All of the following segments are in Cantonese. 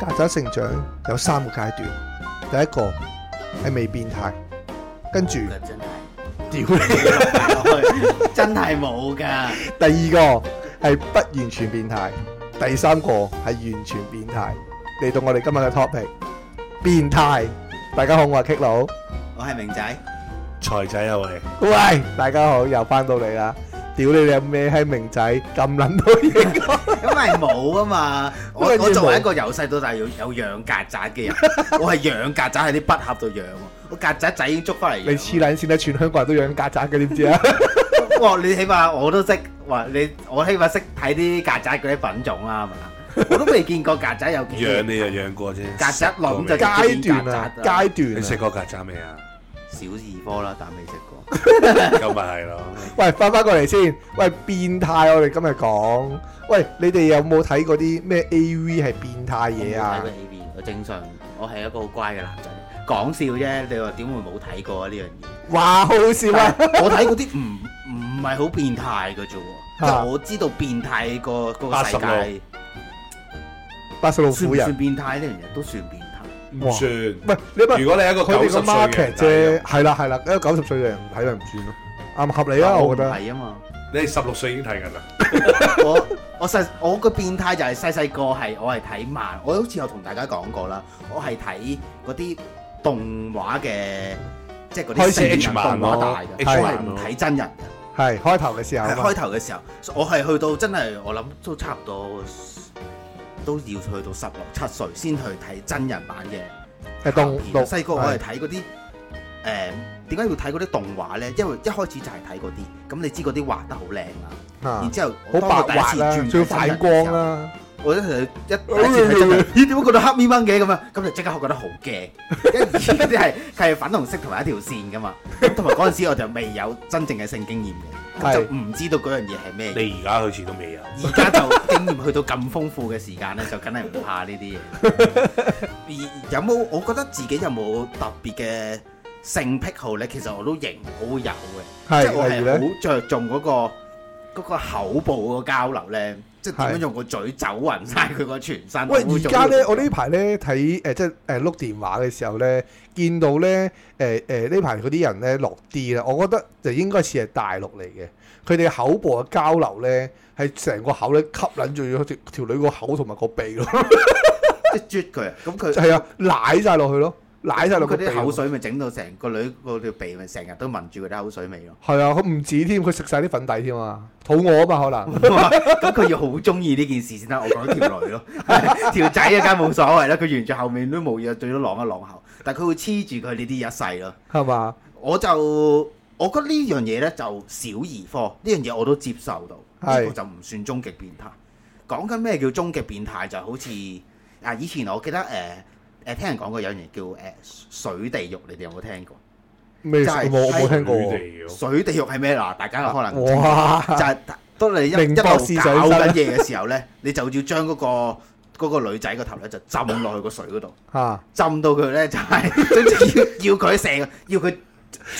曱甴成長有三個階段，第一個係未變態，跟住㗎真係，屌你，真係冇㗎。第二個係不完全變態，第三個係完全變態。嚟到我哋今日嘅 topic，變態。大家好，我係 K 佬。我係明仔，財仔啊喂，喂，大家好，又翻到嚟啦！屌你你咩閪明仔咁撚多嘢講？因為冇啊嘛。我乜嘢冇我作為一個由細到大有有養曱甴嘅人， 我係養曱甴喺啲筆盒度養喎。我曱甴仔已經捉翻嚟你養黐撚線啦！啊全香港人都養曱甴嘅，你知唔知啊？喎。哇！你起碼我都識，哇！你我起碼識睇啲曱甴嗰啲品種啦，係咪啊我都未見過曱甴 有幾養你就養過啫，曱甴籠就食過未階段啊，階段你啊食。過曱甴未啊？小兒科啦，但未食過。咁咪係咯，喂，翻翻過嚟先。喂，變態我哋今日講。喂，你哋有冇睇嗰啲咩 A.V. 係變態嘢我冇睇啊過？A V，我正常，我係一個好乖嘅男仔。講笑啫，你話點會冇睇過啊呢樣嘢？哇，好好笑但啊！ 係我睇嗰啲唔唔係好變態嘅啫喎，即啊係我知道變態個嗰個八世十界八十老算婦唔算人，變態呢樣嘢都算變態。唔算。唔係你咪如果你係一個佢九哋十個歲 market 嘅啫，人，係啦係啦，一個九十歲嘅人睇咪唔算咯，啱合理啊，我覺唔得。係啊嘛，你係十六歲已經睇緊啦。我 我細我個變態就係細細個係我係睇漫，我好似有同大家講過啦，我係睇嗰啲動畫嘅，即係嗰開始啲成人 H 漫動畫咯大嘅， H 我係唔漫咯睇真人嘅。係開頭嘅時候係啊開嘛，頭嘅時候，我係去到真係我諗都差唔多都要去到十六七歲先去睇真人版嘅係動動鹹片。細個我係睇嗰啲誒點解要睇嗰啲動畫咧？因為一開始就係睇嗰啲，咁你知嗰啲畫得好靚啦。啊然之後好我當我白滑啦，第一次轉仲要睇反真人嘅光啊哎啦，時候，我一睇一第一次睇真人，咦點解覺得黑咪掹嘅咁啊？咁就即刻覺得好驚，因為嗰啲係 係粉紅色同埋一條線噶嘛。咁同埋嗰陣時我就未有真正嘅性經驗嘅，咁就唔知道嗰樣嘢係咩嘢。你而家好似都未有，而家就經驗去到咁豐富嘅時間咧，就梗係唔怕呢啲嘢。而有冇？我覺得自己有冇特別嘅性癖好咧？其實我都認我會有嘅，即係我係例如係咧，好着重嗰、個嗰、個口部個交流咧，即係點係樣用個嘴走勻晒佢個全身。喂，而家咧，我呢呢排咧睇誒，即係誒碌電話嘅時候咧，見到咧誒誒呢排嗰啲人咧落啲啦，我覺得就應該似係大陸嚟嘅。佢哋口部嘅交流咧，係成個口咧吸撚住咗條條女個口同埋個鼻咯，即係啜佢，咁 佢係啊，舐晒落去咯，舐晒落佢個鼻啲口咯。水咪整到成個女個條鼻咪成日都聞住佢啲口水味咯。係啊，佢唔止添，佢食晒啲粉底添啊，肚餓啊嘛可 能。咁佢要好中意呢件事先得，我講條女咯， 條仔一梗冇所謂啦，佢沿住後面都冇嘢，最多啷一啷後，但係佢會黐住佢呢啲一世咯。係嘛？我就我覺得呢樣嘢呢，就小兒科，呢樣嘢我都接受到，係呢個就唔算終極變態。講緊咩叫終極變態就好似啊，以前我記得誒誒、呃呃、聽人講過有樣嘢叫誒、呃水地獄，你哋有冇聽過？未就食係過，我冇聽過佢喎。哋要水地獄係咩啊嗱？大家可啊能就哇！係當你一一明路白搞思想室啦緊嘢嘅 時候咧，你就要將嗰、個嗰個女仔個頭咧就浸落去個水嗰度，嚇浸到佢咧就係、 總之要要佢成，要佢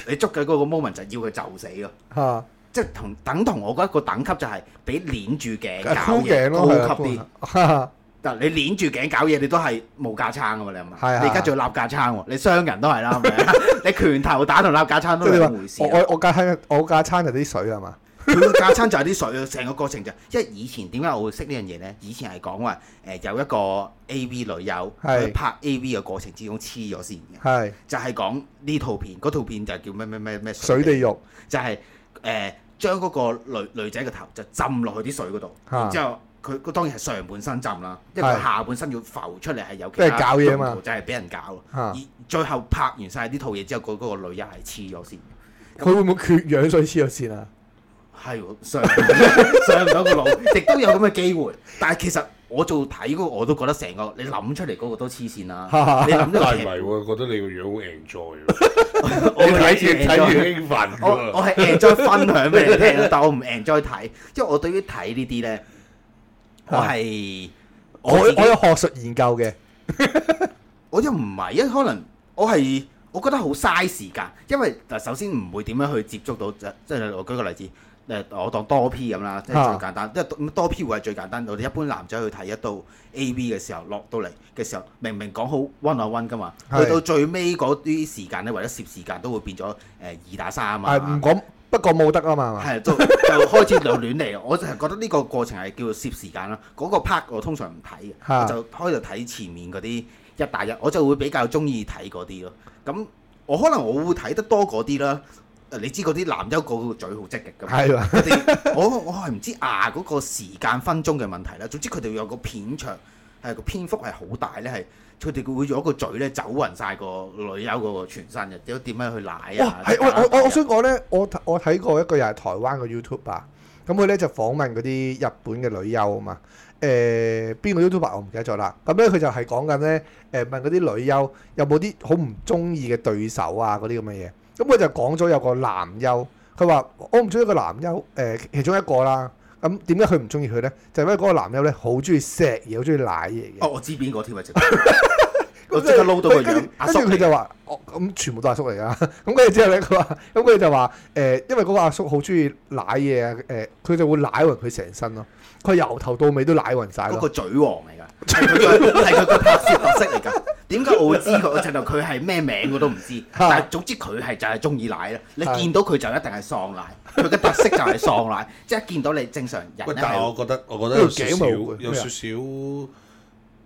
你捉佢嗰個 moment 就要佢就死咯。嚇，即係同等同我覺得個等級就係俾攣住頸搞箍頸嘢咯，係啊高級啲。，箍嗱，你攣住頸搞嘢，你都係冇架撐噶嘛？你係咪？係啊你而家仲要立架撐喎，你雙人都係啦，係 咪？啊你拳頭打同立架撐都即係兩你回話事我啊。我我架餐我架餐就啲水係嘛？佢個架撐就係啲水啊，成個過程就係因為以前點解我會識呢樣嘢呢？以前係講話誒有一個 A.V. 女友係佢拍 A.V. 嘅過程之中黐咗線嘅，係就係講呢套片，嗰套片就叫咩咩咩咩水地 獄就係誒將嗰個女女仔個頭就浸落去啲水嗰度，嚇然之後佢佢當然係上半身浸啦，因為係佢下半身要浮出嚟係有即係其他搞嘢啊嘛用途就係俾人搞。嚇而，最後拍完晒呢套嘢之後，嗰、嗰個女人係黐咗線。佢會唔會缺氧所以黐咗線啊？係喎上唔到 上唔到個腦，亦都有咁嘅機會。但係其實我做睇嗰個我都覺得成個你諗出嚟嗰個都黐線 啦。你諗但到係劇唔係喎，覺得你個樣好 enjoy 喎。我你睇住睇住 enjoy- 興奮我喎。我係 enjoy 分享俾你 聽啦，但我唔 enjoy 睇，因為我對於睇呢啲咧，我係我我我自己有學術研究 嘅，我又唔係，因為可能我係我覺得好嘥時間，因為嗱首先唔會點樣去接觸到，即即係我舉個例子，誒我當多 P 咁啦，即啊係最簡單，因為多多 P 會係最簡單。我哋一般男仔去睇一套 A V 嘅時候，落到嚟嘅時候，明明講好 one on one 噶嘛，係去到最尾嗰啲時間咧，為咗攝時間都會變咗誒二打三啊嘛。係唔講，不過冇得啊嘛係嘛，係就 就開始就亂嚟，我就係覺得呢個過程係叫做攝時間啦。嗰、個 part 我通常唔睇嘅，嚇我就開頭睇前面嗰啲一打一，我就會比較中意睇嗰啲咯。咁我可能我會睇得多嗰啲啦。誒你知嗰啲男優個嘴好積極㗎嘛？係啦，佢哋 我我係唔知牙嗰個時間分鐘嘅問題啦。總之佢哋有個片長係個篇幅係好大咧，係佢哋會用一個嘴咧走暈晒個女優嗰個全身嘅，點點樣去奶哇啊？哦係喂我我我想講咧，我睇我睇過一個又係台灣嘅 YouTube 啊，咁佢咧就訪問嗰啲日本嘅女優啊嘛，誒邊個 YouTube 我唔記得咗啦，咁咧佢就係講緊咧誒問嗰啲女優有冇啲好唔中意嘅對手啊嗰啲咁嘅嘢，咁佢就講咗有個男優，佢話我唔中意個男優誒、其中一個啦，咁點解佢唔中意佢咧？就因為嗰個男優咧好中意錫嘢，好中意奶嘢嘅。哦，我知邊個添啊！直 頭我即刻撈到個跟樣住，阿跟叔住嚟佢就話：哦，咁全部都阿叔嚟噶。 咁跟住之後咧，佢話：咁佢就話誒、因為嗰個阿叔好中意舐嘢啊，誒、佢就會舐勻佢成身咯。佢由頭到尾都舐勻晒嗰咯個。嘴王嚟㗎，係佢個係佢個拍攝特色嚟㗎。點解我會知佢？我直頭佢係咩名我都 唔知，但係總之佢係就係中意奶啦。你係見到佢就一定係喪奶，佢嘅特色就係 喪奶，即係見到你正常人喂，咧但係係我覺得我覺得呢有條少頸少冇嘅有咩啊少少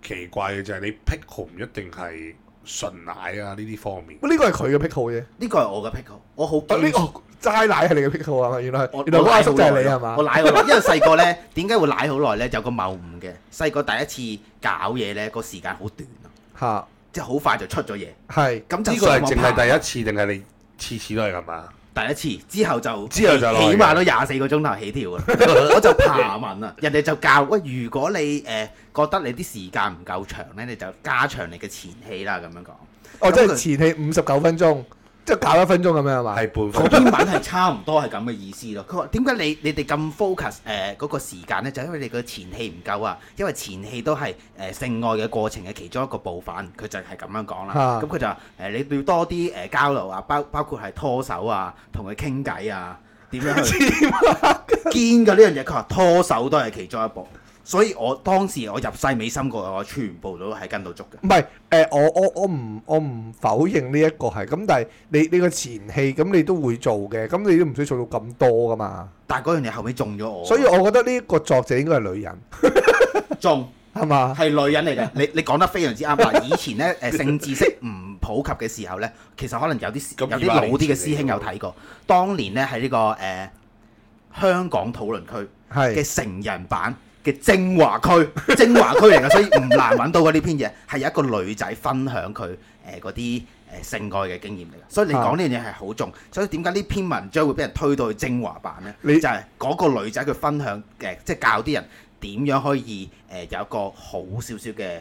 奇怪嘅就係你癖好唔一定係純奶啊呢啲方面。呢個係佢嘅癖好啫。呢個係我嘅癖好，我好啊堅呢持。個齋奶係你嘅癖好啊嘛？原來我原來嗰個阿叔就係你係啊嘛我？奶好耐，因為細個咧點解會奶好耐咧？有個謬誤嘅，細個第一次搞嘢咧個時間好短啊，嚇，即係好快就出咗嘢。係咁就呢個上係淨網爬係第一次定係你次次都係咁啊？第一次之後就之後就耐嘅起碼都廿四個鐘頭起跳啊！ 我就爬文啊，人哋就教喂，如果你誒、呃、覺得你啲時間唔夠長咧，你就加長你嘅前戲啦，咁樣講。哦，咁即係佢前戲五十九分鐘，即係搞一分鐘咁樣係嘛？係半嗰分篇文係差唔多係咁嘅意思咯。佢話點解你你哋咁 focus 誒、呃、嗰、個時間咧？就因為你個前戲唔夠啊，因為前戲都係誒、呃性愛嘅過程嘅其中一個部分。佢就係咁樣講啦啊。咁佢就話誒、呃你要多啲誒、呃交流啊，包包括係拖手啊，同佢傾偈啊，點樣去堅嘅呢樣嘢。佢話拖手都係其中一步，所以我當時我入世美心過，我全部都係跟到足嘅。唔係誒，我我我唔我唔否認呢一個係咁，但係你你個前戲咁你都會做嘅，咁你都唔需要做到咁多噶嘛。但係嗰樣嘢後尾中咗我，所以我覺得呢個作者應該係女人，中。係嘛？係女人嚟嘅，你你講得非常之啱嗱，以前咧誒性知識唔普及嘅時候咧，其實可能有啲咁有二啲百老年啲嘅前師嚟兄嘅有睇過。當年咧喺呢個誒、呃香港討論區係嘅成人版嘅精華區，精華區嚟嘅，所以唔難揾到嘅呢篇嘢係有一個女仔分享佢誒嗰啲誒性愛嘅經驗嚟嘅。所以你講呢樣嘢係好重，所以點解呢篇文章會俾人推到去精華版呢？你就係嗰個女仔佢分享嘅，即係教啲人點樣可以誒、呃有一個好少少嘅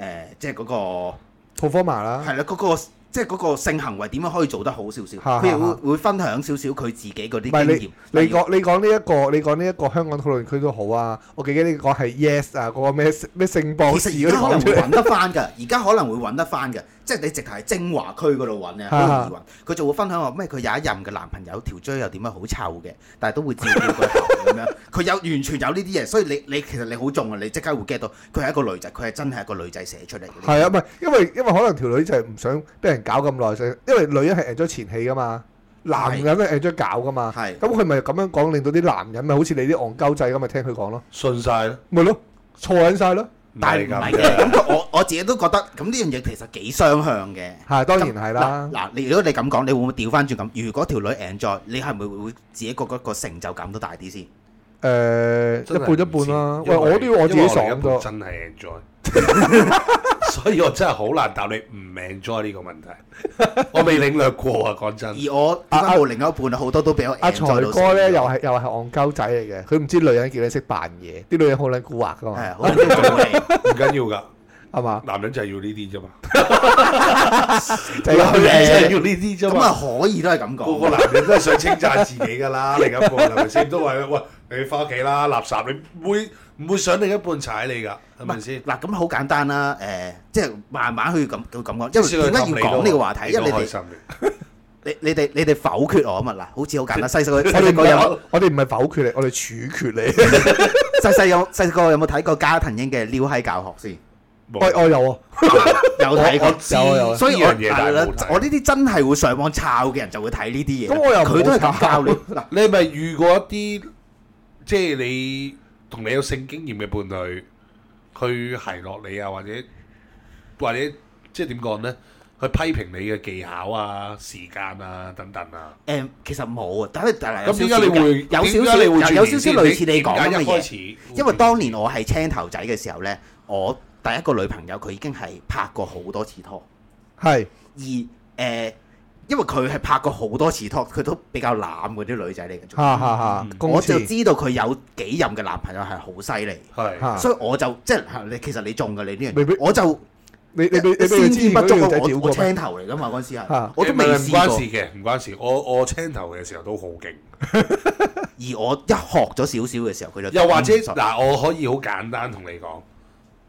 誒，即係嗰、個。普方麻啦，係啦，嗰、個即係嗰個性行為點樣可以做得好少嚇少，佢嚇嚇會會分享少少佢自己嗰啲唔經係驗你。你講你講呢一個你講呢一個香港討論區都好啊，我記得你講係 yes 啊，嗰個咩咩性博士其實嗰啲而家可能講出會嚟，揾得翻㗎， 而家可能會揾得翻㗎，即係你直頭係精華區嗰度揾咧，好嚇嚇容易揾。佢就會分享話咩，佢有一任嘅男朋友條追又點樣好臭嘅，但係都會照顧佢頭咁樣。佢有 完全有呢啲嘢，所以你你其實你好中啊，你即刻會 get 到佢係一個女仔，佢係真係一個女仔寫出嚟嘅。係啊，唔係因為因為可能條女就係唔想俾人搞咁耐，就因為女人係 enjoy 前戲噶嘛，男人係 enjoy 搞噶嘛，係咁佢咪咁樣講，令到啲男人咪好似你啲戇鳩仔咁，咪聽佢講咯，信晒啦，咪咯，錯緊晒咯，但係係唔係咁嘅，嘅。咁佢我我自己都覺得咁呢樣嘢其實幾雙向嘅。係當然係啦嗱，，嗱你如果你咁講，你會唔會調翻轉咁？如果條女 enjoy，你係咪會自己覺得個成就感都大啲先？誒一真係半一半啦，喂，我都要我自因己為另爽一半噶，真係 enjoy，所以 我真係好難答你唔 enjoy 呢個問題。我未領略過啊，講真。而我點解冇另一半好多都俾我阿 enjoy 到財哥咧先又係又係戇鳩仔嚟嘅，佢唔知女人叫你識扮嘢，啲女人好撚蠱惑噶嘛，係好多都做 你，唔緊要㗎，係 嘛？男人就係要呢啲啫嘛，就係係女人就係要呢啲啫咁嘛。啊可以都係咁個個講。男人都係想稱讚自己㗎啦，另一半係咪先？都話喂，你翻屋企啦，垃圾，你唔會唔會想另一半踩你㗎，係咪先？嗱咁好簡單啦，誒，即係慢慢去咁去咁講，因即使佢為點解氹你要講都呢個話題？你因為都你開哋心嘅你你哋你哋否決我啊嘛嗱，好似好簡單。細細個 細我哋細唔個有嗯係我哋唔係否決你，我哋處決你。細細有細細個有冇睇過加藤英嘅撩閪教 學先？ 我我有啊，有睇過。有啊有啊。所以我呢樣嘢但係冇睇我呢啲真係會上網抄嘅人就會睇呢啲嘢。咁我又佢都冇係咁抄教你嗱，你係咪遇過一啲即係你同你有性經驗嘅伴侶，佢奚落你啊，或者或者即係點講咧？佢批評你嘅技巧啊、時間啊等等啊。誒其實冇啊，但係但係有咁點少少解你會有點少解少你有會有少少類似你講點咁解嘅一開嘢。始，因為當年我係青頭仔嘅時候呢，我第一個女朋友佢已經係拍過好多次拖，係而誒、呃因為佢係拍過好多次拖，佢都比較濫嗰啲女仔嚟嘅。哈哈哈，公嗯我廁就知道佢有幾任嘅男朋友係好犀利，係嚇所以我就即係你其實你中嘅你呢樣未必嘢，我就你你俾你俾佢先知知不嗰足個啊仔我屌我過咩？青頭嚟㗎嘛嗰陣時係嚇，我都未唔係唔試關過事。嘅，唔關事。我我青頭嘅時候都好勁，而我一學咗少少嘅時候，佢就又或者頂唔順嗱，我可以好簡單同你講，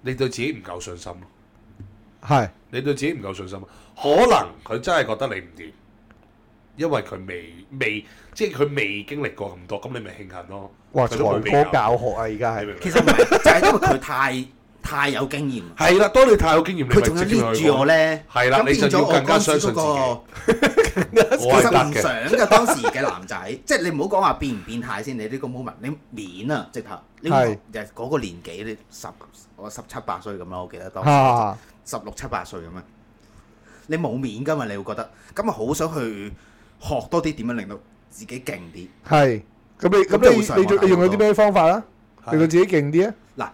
你對自己唔夠信心咯，係你對自己唔夠信心，可能佢真係覺得你唔掂，因為佢未未即係佢未經歷過咁多，咁你咪慶幸咯。哇，佢才都冇哥比較教學啊，而家你係明唔其明實 唔係，就係因為佢太太有經驗，啊係啦，當你太有經驗，你佢咪仲要直接同佢 lift 住我講。咧，係啦咁你就變咗要我更加嗰相陣信時自己嗰個。其我實係唔得想嘅，嘅當時嘅男仔， 即係你唔好講話變唔變態先，你呢個 moment 你面啊，直頭你係誒嗰個年紀，你十我十七八歲咁啦，我記得當時啊，十六七八歲咁樣，你冇面噶嘛，你會覺得咁啊，好想去學多啲點樣令到自己勁啲。係咁你咁你咁會上你你做網你用咗好啲多咩方法啊？係令到自己勁啲啊？嗱，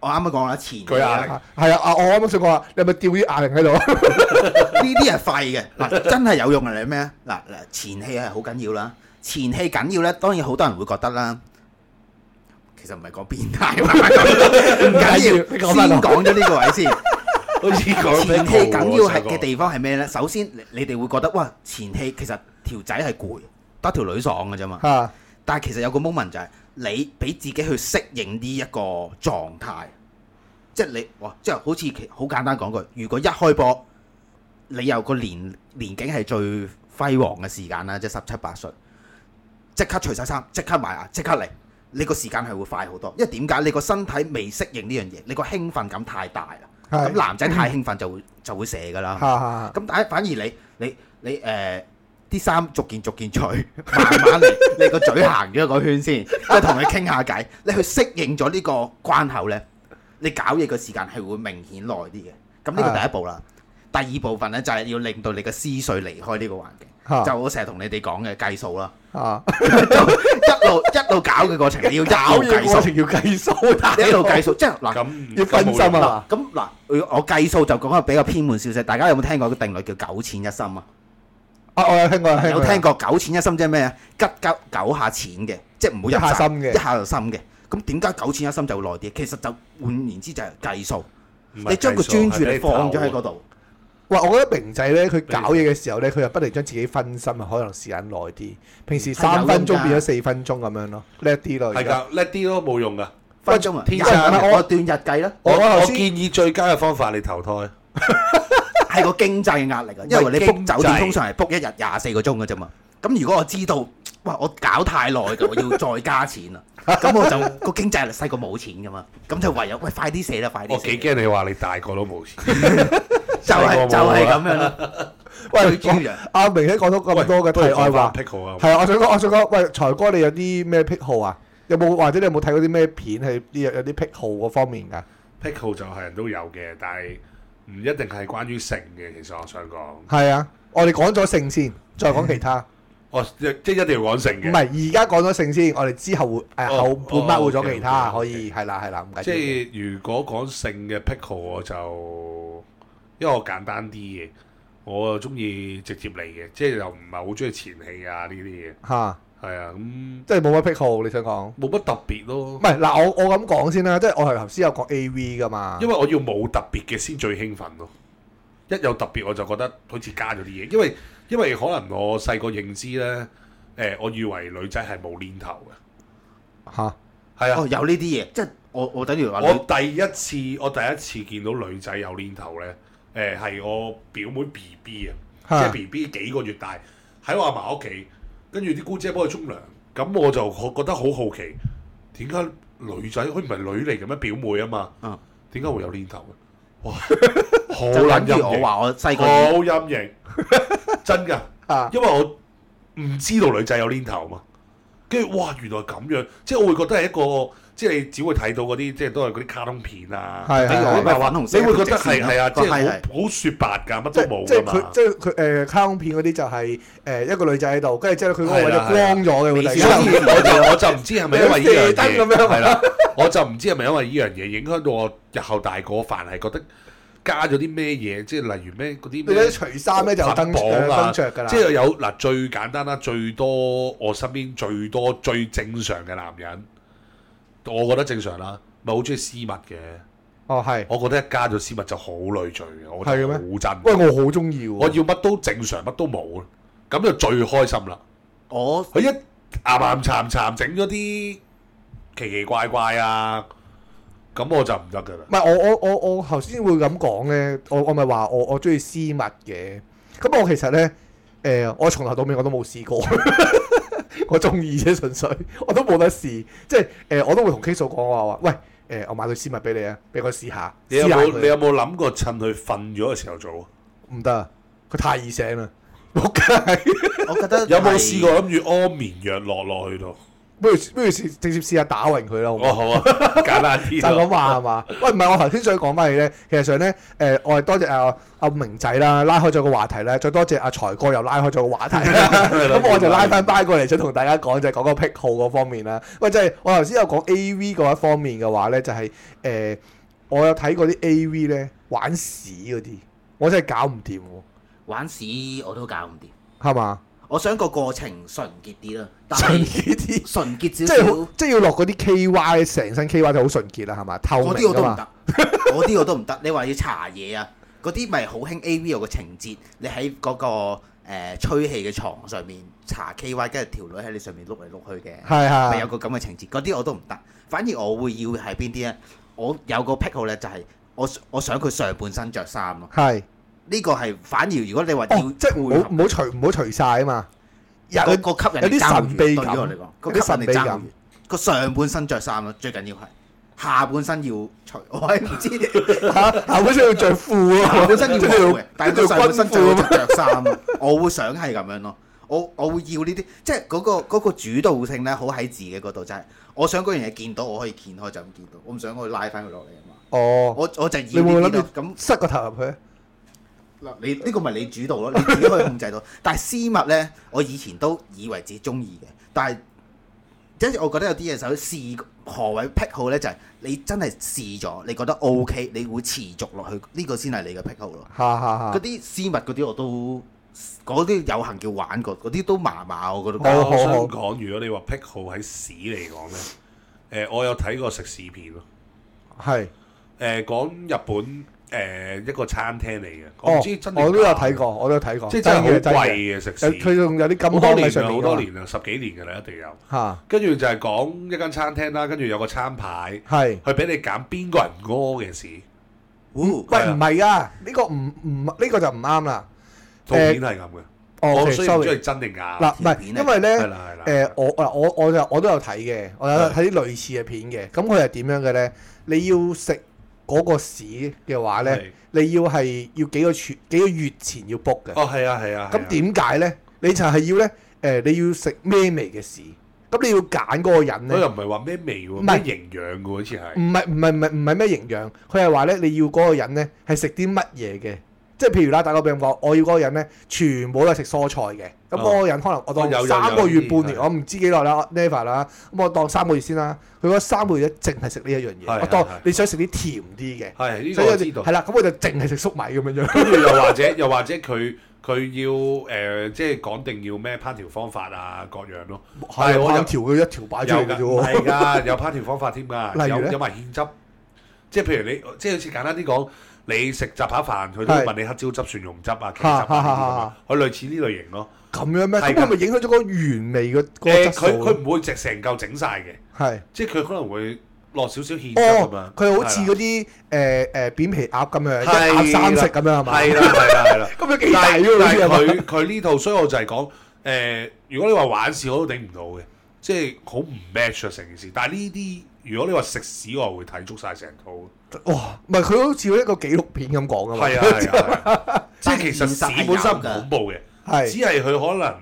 我啱啱講啦，前舉啊壓力啊係啊，啊我啱啱想講話，你係咪吊啲啞鈴喺度 啊？呢啲係廢嘅，嗱真係有用嘅係咩啊？嗱嗱，前戲係好緊要啦，前戲緊要咧，當然好多人會覺得啦。其實唔係講變態， 唔緊要，先講咗呢個位 先。好似講咩前戲緊要係圖喎嘅地方係咩咧？首先，你你哋會覺得哇，前戲其實條仔係攰，得條女爽嘅啫嘛。嚇但係其實有個 moment 就係、你俾自己去適應呢一個狀態，即係你哇，即係好似其好簡單講句，如果一開波你有個年年景係最輝煌嘅時間啦，即係十七八歲，即刻除晒衫，即刻埋牙，即刻嚟，你個時間係會快好多，因為點解你個身體未適應呢樣嘢，你個興奮感太大啦，係咁男仔太興奮就會就會射㗎啦。嚇嚇咁但係反而你你你誒啲衫逐件逐件除， 慢慢嚟，你個嘴行咗個圈 先，即係同佢傾下偈，你去適應咗呢個關口咧，你搞嘢嘅時間係會明顯耐啲嘅。咁呢個第一步啦。第二部分咧就係要令到你嘅思緒離開呢個環境，嚇就我成日同你哋講嘅計數啦，嚇，就一路一路搞嘅過程，你要一路計數，要計 數， 一路計數，即係嗱。咁要分心咁冇用啊嗱，咁嗱，我計數就講得比較偏門少少。大家有冇聽過個定律叫九淺一心啊？啊我有聽過，有聽有過聽過九淺一心即係咩啊？吉九九下淺嘅，即係唔好入一下閘心嘅一下就深嘅。咁點解九淺一心就會耐啲？其實就換言之就係計數，唔係你將個計數專注係力你放咗喺頭嗰度。哇！我覺得明仔咧，佢搞嘢嘅時候咧，佢又不停將自己分心啊，可能時間耐啲。平時三分鐘變咗四分鐘咁樣咯，叻啲咯。而係家㗎，叻啲咯，冇用㗎。分鐘啊，天日生啊我段日計啦，我我我我頭先建議最佳嘅方法，你投胎。係個經濟嘅壓力啊。因為你喂 book 酒經店濟通常係 book 一日廿四個鐘嘅啫嘛。咁如果我知道，哇！我搞太耐嘅，我要再加錢 啊。咁我就個經濟壓力細過冇錢噶嘛。咁就唯有喂快啲寫啦，快我啲寫幾，驚你話你大個都冇錢。就係細過冇啊就係咁樣啦。喂，最專業講阿明咧講到咁多嘅題外話， pickle 啊！係啊，我想講，我想講，喂，財哥，你有啲咩癖好啊？有冇或者你有冇睇過啲咩片係呢有啲癖好嗰方面㗎？ pickle 就係人都有嘅，但係唔一定係關於性嘅。其實我想講，係啊，我哋講咗性先，再講其他。我哦即即一定要講性唔嘅，係，而家講咗性先，我哋之後會誒哦後半 part 會咗其他，哦可，OK，OK，OK 以係啦係啦，唔緊即要嘅。係如果講性嘅 pickle，我就因為我簡單啲嘅，我中意直接嚟嘅，即係又唔係好中意前戲啊呢啲嘢。嚇，係啊，咁即係冇乜癖好，你想講？冇乜特別唔咯，係嗱，我我咁講先啦，即係我係頭先有講 A V 噶嘛，因為我要冇特別嘅先最興奮咯。一有特別我就覺得好似加咗啲嘢，因為因為可能我細個認知呢，誒、我以為女仔係冇鏈頭嚇嘅，係啊。哦，有呢啲嘢，即係我我等於話我第一次我第一次見到女仔有鏈頭咧，誒、係我表妹 B B 啊，即係嚇 B B 幾個月大，喺我阿嫲屋企，跟住啲姑姐幫佢沖涼，咁我就覺得好好奇，點解女仔佢唔係女嚟嘅咩？表妹啊嘛嗯，點解會有鏈頭嘅？哇，好就諗撚陰住我影，話我細個已好經陰影，真㗎，啊，因為我唔知道女仔有鏈頭嘛，跟住哇，原來咁樣，即係我會覺得係一個。即係你只會睇到嗰啲，即係都係嗰啲卡通片啊，係係係你話粉紅色你會覺得一條直線啊係係啊，即係係好好雪白㗎，乜即都冇即㗎係嘛佢。即係佢誒卡通片嗰啲就係誒一個女仔喺度，跟住之後佢嗰個位就係啦光咗嘅會突然所以 間。我就我就唔知係咪 因為呢樣射燈嘢咁樣係啦，我就唔知係咪因為呢樣嘢影響到我日後大個，凡係覺得加咗啲咩嘢，即係例如咩嗰啲你一咩除衫咧就有燈捆綁啊燈着㗎啦。即係有嗱最簡單啦，最多我身邊最多最正常嘅男人，我覺得正常啦，咪好中意絲襪嘅，哦係，我覺得一加咗絲襪就好累贅嘅，我覺係得嘅咩好真。喂我好中意我喎。要乜都正常，乜都冇，啊咁就最開心啦。我佢一岩岩殘殘整咗啲奇奇怪怪啊，咁我就唔得噶啦唔。係我我我我頭先會咁講咧，我我咪話我我中意絲襪嘅。咁我其實咧誒、我從頭到尾我都冇試過。 我中意啫，純粹我都冇得試，即係誒、我都會同 K 嫂講我話，喂誒、我買對絲襪俾你啊，俾我試下，你有試下冇佢你有冇諗過趁佢瞓咗嘅時候做？唔得啊，佢太易醒啦，仆街！ 我覺得有冇係試過諗住安眠藥落落去度？不如不如試直接試下打暈佢啦，好唔好 哦，好啊，簡單啲就咯。咁啊話係嘛？喂，唔係我頭先想講翻你咧，其實上咧，誒、我係多謝阿阿明仔啦，拉開咗個話題咧，再多謝阿財哥又拉開咗個 話題啦。咁我就拉翻翻過嚟，想同大家講就係講個癖好嗰方面啦。喂，就係、我頭先有講 A V 嗰一方面嘅話咧，就係、誒、我有睇過啲 A V 咧玩屎嗰啲，我真係搞唔掂喎，玩屎我都搞唔掂。係嘛？我想個過程純潔啲啦，但上係呢啲。純即潔少係少，好即係要落嗰啲 K Y 成身 K Y 就好純潔啦，係嘛？透嗰啲明我噶都唔嘛。得，嗰啲我都唔得。你話要查嘢啊，嗰啲咪好興 A V 有個情節，你喺嗰個呃吹氣嘅床上面查 K Y，跟住條女喺你上面碌嚟碌去嘅。係咪有係個咁嘅情節，嗰啲我都唔得。反而我會要係邊啲咧？我有個癖好咧，就係我我想佢上半身着衫咯。係。呢個係反而如果你話要哦，即係唔好配唔好除唔好除晒啊嘛。合有個個吸引有啲力爭好神遠秘對於感我嚟講，有個啲吸神引秘力感爭好遠個上半身着衫啊咯，最緊要係下半身要除。 我係唔 知嚇下半身要着褲 啊，下半身要即係冇嘅，但係跟住個上半軍身褲就啊嘛。着衫咯。我會想係咁樣咯。我我會要呢啲，即係嗰、個嗰個主導性咧，好喺自己嗰度，真係我想嗰樣嘢見到，我可以掀開就咁見到，我唔想我拉翻佢落嚟啊嘛。哦，我我就你要會唔會呢諗啲咯。住咁塞個頭入去？嗱，你呢個咪你主導咯，你自己可以控制到。 但係私密咧，我以前都以為自己中意嘅，但係即係我覺得有啲嘢想試何為癖好咧，就係、你真係試咗，你覺得 O、k 你會持續落去，呢、個先係你嘅癖好咯。嚇啊嚇嗰嚇！啲私密嗰啲我都嗰啲有幸叫玩過，嗰啲都麻麻我覺好得。哦但好我想好講，如果你話癖好喺屎嚟講咧，誒，我有睇過食屎片咯。係，誒，講日本誒一個餐廳嚟嘅，我哦唔知真，定我都有假睇過，我都有睇過，即係真係好嘅真貴嘅嘅食有肆，佢仲有啲金康好多喺年上啦，面㗎好多嘛年啊啦，十幾年㗎啦，一定有。嚇，跟住就係講一間餐廳啦，跟住有個餐牌，係。佢俾你揀邊個人屙嘅事。哦喂，唔係啊，呢個唔唔呢個就唔啱啦。套片係咁嘅，哦我，OK，雖然唔知 sorry 係。真定假。嗱，唔係，片嚟因為咧係。啦係啦。誒、我嗱我我就我都有睇嘅，我有睇啲類似嘅片嘅。咁佢係點樣嘅咧？你要食嗰個屎嘅話咧，你要係要幾個月幾個月前要 book 嘅。哦係啊係啊。係咁啊？點解咧？你就係要咧誒、你要食咩味嘅屎？咁你要揀嗰個人佢咧，又唔係話咩味唔係喎，咩營養嘅喎好似唔係。係唔係唔係唔係咩營養，佢係話咧你要嗰個人咧係食啲乜嘢嘅？即係譬如啦，打個比咁講，我要嗰個人咧，全部都係食蔬菜嘅。咁哦嗰個人可能我哦有當有三個有月呢啲半年，係我唔知幾耐啦，never 啦。咁我當三個月先啦。佢嗰三個月咧，淨係食呢一樣嘢。係我當係係你想食啲甜啲嘅，係呢所個以我我知哋道係。啦。咁我就淨係食粟米咁樣樣。跟住又或者 又或者佢佢要誒即係講定要咩烹調方法啊各樣咯。但係我我有有條佢一條擺出有嚟㗎，嘅唔啫係㗎，有烹調方法添 㗎，例如有呢有埋芡汁，即係譬如你，即係好似簡單啲講，你食雜扒飯，佢都會係問你黑椒汁、蒜蓉汁啊、茄汁啊呢啲咁啊佢類似呢類型咯。喎。咁樣咩？咁係㗎係咪影響咗嗰個原味嘅嗰個誒，質佢佢素？啊唔會直成嚿整晒嘅，係即係佢可能會落少少芡汁咁哦樣。，佢好似係嗰啦啲誒誒扁皮鴨咁樣，係啦一鴨三食咁樣係嘛？係啦係啦係啦。 咁樣幾大但係喎，好但似係係嘛佢佢呢套，所以我就係講誒，如果你話玩事我都頂唔到嘅，即係好唔 match 啊成件事。但係呢啲如果你話食屎，我係會睇足晒成套。哇！唔係佢好似一個紀錄片咁講 噶嘛，係啊係啊，係啊即係其實但係現實係屎本身有㗎唔恐怖嘅，只係係佢可能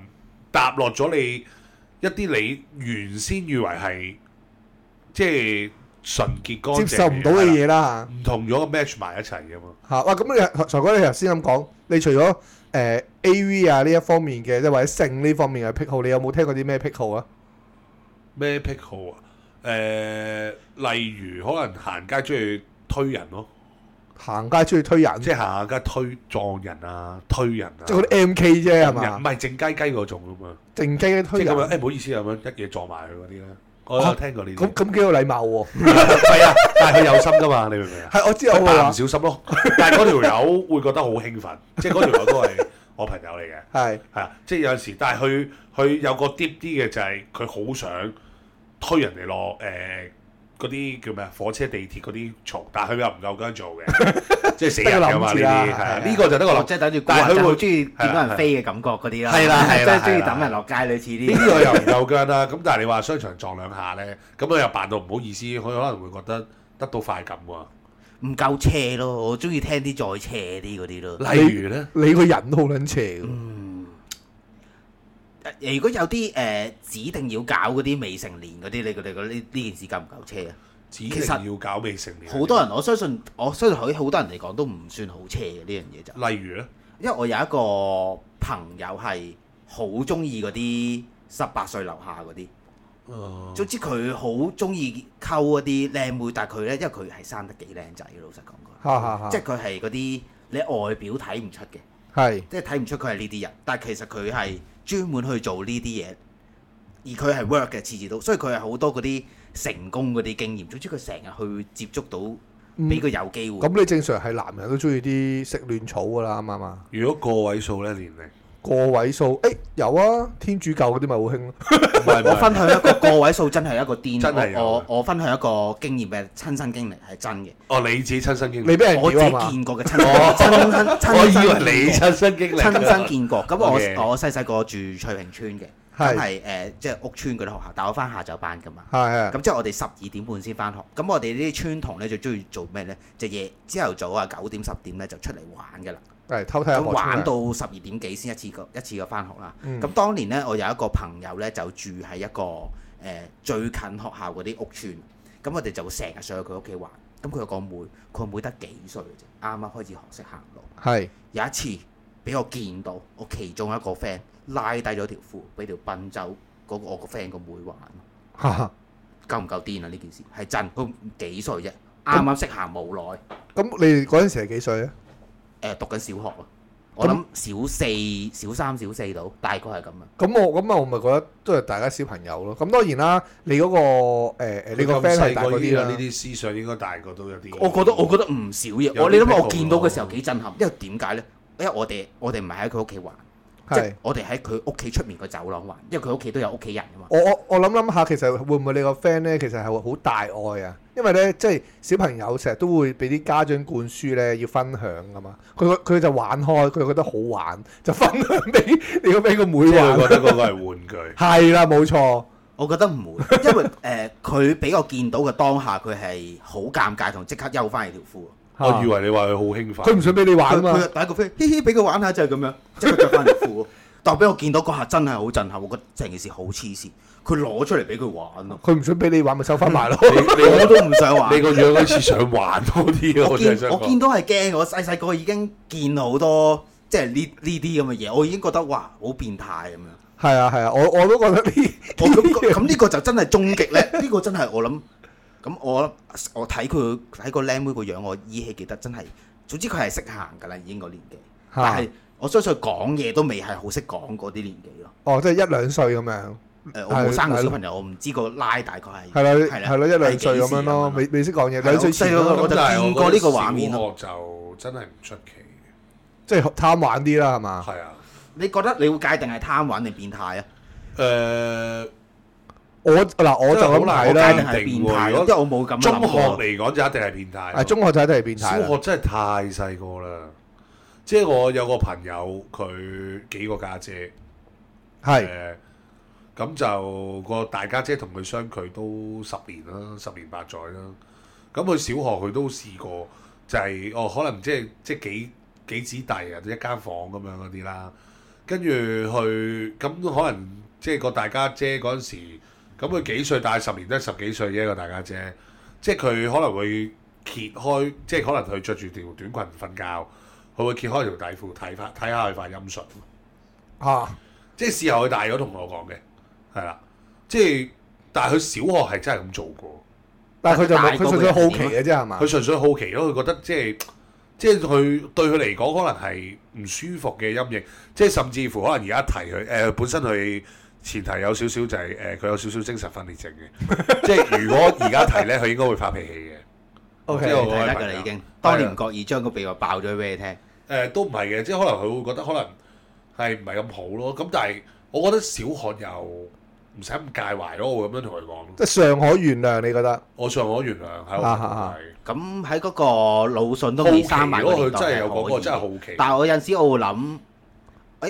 搭落咗你一啲你原先以為係即係純潔乾淨接受唔到嘅，係啦嘢啦唔同咗 match 埋一齊嘅嘛。嚇嚇。哇！咁你財哥你頭先咁講，你除咗誒、呃 A.V. 啊呢一方面嘅，即係或者性呢方面嘅癖好，你有冇聽過啲咩癖好啊？咩癖好啊？誒、例如可能行街中意推人咯，行街出去推人，即即係行下街推撞人啊、推人啊，嗯係嗰啲 M.K. 啫係人唔嘛？係靜雞雞嗰種啊嘛，靜雞雞即推係人，咁樣誒，咁唔、好意思咁樣一嘢撞埋佢嗰啲咧，我有啊聽過呢啲，咁幾有禮貌喎。 係啊，但係佢有心噶嘛，你明唔明啊？係我知我佢會扮話唔小心咯，但係嗰條友會覺得好興奮，即係嗰條友都係我朋友嚟嘅。係係啊，即係有陣時，但係佢佢有個 deep 啲嘅就係佢好想推人哋落誒嗰啲叫咩啊？火車、地鐵嗰啲槽，但係佢又唔夠姜做 嘅，即係死人㗎嘛得個諗呢字啦啲係啊，係啊呢個就得個我諗，哦即係等住古但惑係啊仔佢好會中意見到人飛嘅感覺嗰啲啦，係啦係啦即係中意係啦抌人落街類似呢啲。個又唔夠姜啦。咁但係你話商場撞兩下咧，咁佢又扮到唔好意思，佢可能會覺得得到快感喎。唔夠斜咯，我中意聽啲再斜啲嗰啲咯。例如咧，你個人都好撚邪㗎喎。嗯，誒如果有啲誒、呃指定要搞嗰啲未成年嗰啲，你覺得呢呢件事夠唔夠車啊？指其實定要搞未成年，好多人我相信，我相信喺好多人嚟講都唔算好車嘅呢樣嘢就，例如咧，因為我有一個朋友係好中意嗰啲十八歲樓下嗰啲。哦總之佢好中意溝嗰啲靚妹，但係佢咧，因為佢係生得幾靚仔嘅，老實講哈哈哈佢，即係佢係嗰啲你外表睇唔出嘅，係即係睇唔出佢係呢啲人，但係其實佢係專門去做呢啲嘢，而佢係 work 嘅，次次都，所以佢係好多嗰啲成功嗰啲經驗。總之佢成日去接觸到，俾佢有機會。咁你正常係男人都中意啲食亂草㗎啦，啱唔啱啊？如果個位數咧年齡，個位數，誒、有啊，天主教嗰啲咪好興咯。唔係唔 我係分享一個個位數真係一個癲，真係有我啊我我分享一個經驗嘅親身經歷係真嘅，哦你自己親身經歷你。俾人嗯我自己屌啊嘛？見過嘅親身 親身哦 我親身以為你經歷親身經歷㗎，親身見過。咁我 OK 我細細個住翠屏村嘅，係咁係誒即係屋村嗰啲學校，但我翻下晝班噶嘛。係係咁即係我哋十二點半先翻學。咁我哋呢啲村童咧就中意做咩咧？就夜朝頭早啊九點十點咧就出嚟玩㗎啦。係偷睇下咁學生啊玩到十二點幾先一次過一次過翻學啦。嗯咁當年咧，我有一個朋友咧就住喺一個誒、呃最近學校嗰啲屋村，咁我哋就會成日上去佢屋企玩。咁佢有個妹，佢個妹得幾歲嘅啫，啱啱開始學識行路。係 有一次俾我見到我其中一個 friend 拉低咗條褲，俾條賓州嗰個我個 friend 個妹玩，哈哈夠唔夠癲啊？呢件事係真，佢幾歲啫？啱啱識行冇耐，誒、咁你哋嗰陣時係幾歲啊？讀緊小學啊！我諗小四、小三、小四到，大概係咁啊。咁我咁啊，我咪覺得都係大家小朋友咯。咁當然啦，你嗰、個誒、呃、你個咁 friend 係細大個嗰已經啲有呢啦。啲思想應該大個都有啲。我覺得我覺得唔少嘢，有我啲你諗下 pickle 我見到嘅時候幾震撼，因為點解呢？因為我哋我哋唔係喺佢屋企玩，即係係我哋喺佢屋企出面個走廊玩，因為佢屋企都有屋企人噶嘛。我我我諗諗下，其實會唔會你個 friend 咧，其實係好大愛啊？因為咧，即係小朋友成日都會俾啲家長灌輸咧，要分享噶嘛。佢佢就玩開，佢覺得好玩，就分享俾 你個俾個妹即係玩。佢。覺得嗰個係玩具係啦，冇錯。我覺得唔會， 因為誒佢俾我見到嘅當下，佢係好尷尬同即刻休翻起條褲。啊我以為你話佢好興佢唔奮。想俾你玩啊佢嘛佢，第一個 friend 嘻嘻俾佢玩下就係咁樣，即刻着翻條 褲。但俾我見到嗰下真係好震撼，我覺得成件事好黐線。佢攞出嚟俾佢玩咯，佢唔想俾你玩咪收翻埋咯。你我都唔想玩你。個樣好似想玩多啲啊！我我真見係想我見講。到係驚，我細細個已經見好多即係呢呢啲咁嘅嘢，我已經覺得哇好變態咁樣。係啊係啊，我我都覺得呢，我咁 咁呢個就真係終極咧，呢個真係我諗咁我我睇佢睇個靚妹個樣，我依稀記得真係，總之佢係識行㗎啦，已經個年紀，但係我相信講嘢都未係好識講嗰啲年紀咯。哦，即係一兩歲咁樣，誒，呃我冇生過係小朋友，我唔知個拉大概係係啦啦係啦，一兩歲咁係幾時樣咯，未未識講嘢，係啊兩歲前我細咯個，咁但係見過呢個畫面啊我咯覺得小學就真係唔出奇。即係貪玩啲啦，係嘛？係啊，你覺得你會界定係貪玩定變態啊？誒，我嗱我就真咁係好難睇我界啦定啦，係定變喎態如咯，果因為我冇咁中諗學過嚟講就一定係變態啊咯。中學仔一定係變態小啦，學真係太細個啦。即係我有個朋友，佢幾個家姐係誒咁就個大家姐同佢相距都十年啦，十年八載啦。咁佢小學佢都試過，就係、哦，可能即係即係幾幾子弟啊，一間房咁樣嗰啲啦。跟住去咁可能即係個大家姐嗰陣時，咁佢幾歲？大十年都係十幾歲啫，個大家姐。即係佢可能會揭開，即係可能佢着住條短裙瞓覺，佢會揭開條底褲睇翻睇下佢塊陰唇。嚇即係事後佢大咗同我講嘅，係啦，即係但係佢小學係真係咁做過，但係佢就冇，大佢過純佢粹又好點啊奇嘅啫，係嘛佢？純粹好奇咯，佢覺得即係即係佢對佢嚟講可能係唔舒服嘅陰影，即係甚至乎可能而家提佢誒、呃本身佢前提有少少就係誒佢有少少精神分裂症 嘅，即係如果而家提咧，佢應該會發脾氣嘅。 O 即係 K，我睇得㗎啦已經，當年唔覺意將個秘密爆咗俾你聽，誒、都唔係嘅，即係可能佢會覺得可能係唔係咁好咯。咁但係我覺得小學又唔使咁介懷咯，我會咁樣同佢講咯。即係尚可原諒，你覺得？我尚可原諒喺啊啊啊我咁喺嗰個魯迅都未生埋咯，嗰佢年代真係有講可過，以真係好奇。但係我有陣時我會諗，誒、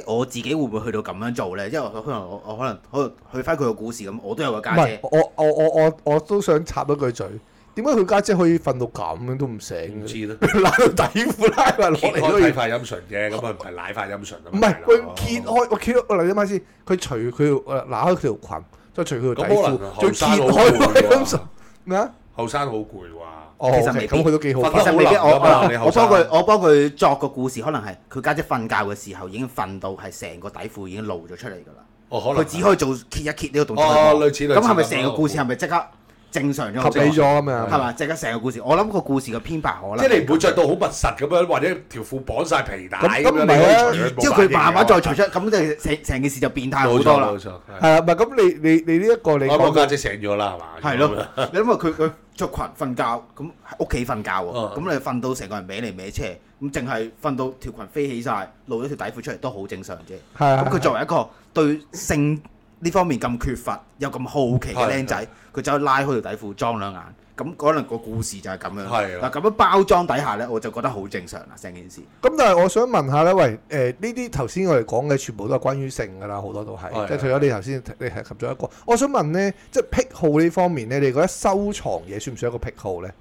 我自己會唔會去到咁樣做咧？因為我可能我我可能去去翻佢個故事咁，我都有個唔家係姐，，我我我我我都想插一句嘴。點解佢家姐可以瞓到咁樣都唔醒嘅？唔知啦，拉到底褲拉埋落揭嚟開都要睇。塊陰唇啫，咁啊唔係奶塊陰唇啊唔嘛。係大佬佢揭開，我揭開，我嚟諗下先。佢除佢條，嗱開佢條裙，再除佢條底咁可能褲，再後揭生好開佢攰陰喎唇，咩啊？後生好攰喎。哦，其實 OK，未必咁佢都幾好瞓瞓得其實未必我好難㗎嘛你我後我生幫佢我幫佢作個故事，可能係佢家姐瞓覺嘅時候已經瞓到係成個底褲已經露咗出嚟㗎啦，哦，可能佢只可以做揭一揭呢個動作。哦類似類似咁係咪咁成咯個故事係咪即刻正常咗好合多？理咗咁樣。係嘛？即刻成個故事，我諗個故事嘅編排可能即係你唔會着到好密實咁樣，或者條褲綁晒皮帶咁咁咁樣，唔你係啊可以除之後佢慢慢再除出，咁就成成件事就變態好冇錯多啦冇。錯，係係啊，唔係咁你你你呢一個你講我我到家姐醒咗啦，係嘛？係咯，你諗下佢佢着裙瞓覺，咁喺屋企瞓覺喎，嗯咁你瞓到成個人歪嚟歪斜，咁淨係瞓到條裙飛起晒，露咗條底褲出嚟都好正常啫。係啊咁佢作為一個對性呢方面咁缺乏又咁好奇嘅僆仔，佢走去拉開條底褲裝兩眼，咁可能個故事就係咁樣。係嗱啦咁樣包裝底下呢，我就覺得好正常啦，成件事。咁但係我想問下咧，喂，誒呢啲頭先我哋講嘅全部都係關於性㗎啦，好多都係，係即係除咗你頭先你提及咗一個，我想問咧，即係癖好呢方面咧，你覺得收藏嘢算唔算一個癖好咧？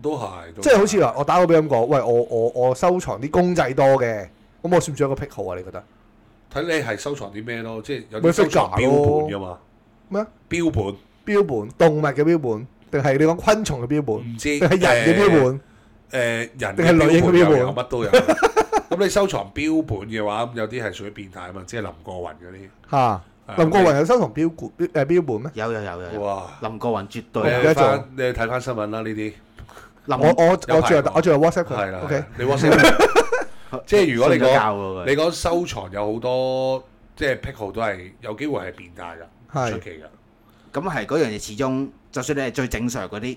都係，都即係好似係話我打個比咁講，喂，我我我收藏啲公仔多嘅，咁我算唔算一個癖好啊？你覺得睇你係收藏啲咩咯，即係有咪啲收藏 figure 標咯本噶嘛？咩啊？標本標本動物嘅標本，定係你講昆蟲嘅標本，唔知定係 人嘅標誒本？誒呃定人係女人嘅標嗰本啲又喎有乜 都有。咁你收藏標本嘅話，咁有啲係屬於變態啊嘛，即係林過雲嗰嚇，啲。林國雲有收藏標本誒標本咩？有有有有有，哇！林國雲絕你我唔對記得睇咗翻你睇翻新聞啦，呢啲我我我最林有排喎後我最後 WhatsApp 係佢啦。哦，OK，你 WhatsApp，即哦 係如果你瞓咗覺講喎佢你講收藏有好多即係癖好都係有機會係變態㗎，係出奇㗎。咁係嗰樣嘢，始終就算你係最正常嗰啲，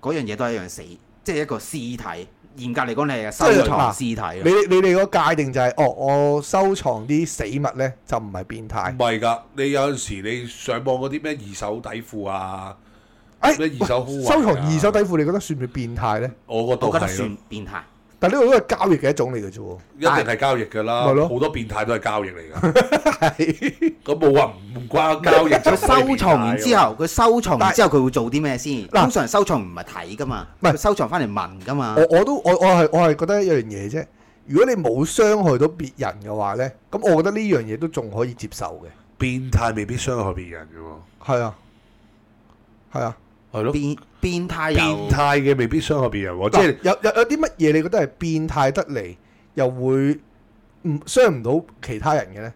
嗰樣嘢都係一樣死，即係一個屍體。嚴格嚟講，你係收藏屍體啊你咯。你哋個界定就係、哦，我收藏啲死物咧就唔係變態唔。係㗎，你有陣時你上網嗰啲咩二手底褲啊，哎咩二手胸圍啊收藏二手底褲，你覺得算唔算變態咧？我嗰度我覺得係咯算變態。但呢個都係交易嘅一種嚟嘅啫喎。一定係交易㗎啦，咪咯好多變態都係交易嚟㗎。係咁冇話唔關交易，佢收藏完之後，佢收藏完之後，佢會做啲咩先？嗱通常收藏唔係睇噶嘛，唔係佢收藏翻嚟聞噶 嘛。我我都我我係我係覺得一樣嘢啫。如果你冇傷害到別人嘅話咧，咁我覺得呢樣嘢都仲可以接受嘅。變態未必傷害別人嘅喎，係啊，係啊。係咯，變變態變又態嘅未必傷害別人喎，即即係係有有有啲乜嘢你覺得係變態得嚟，又會唔傷唔到其他人嘅咧？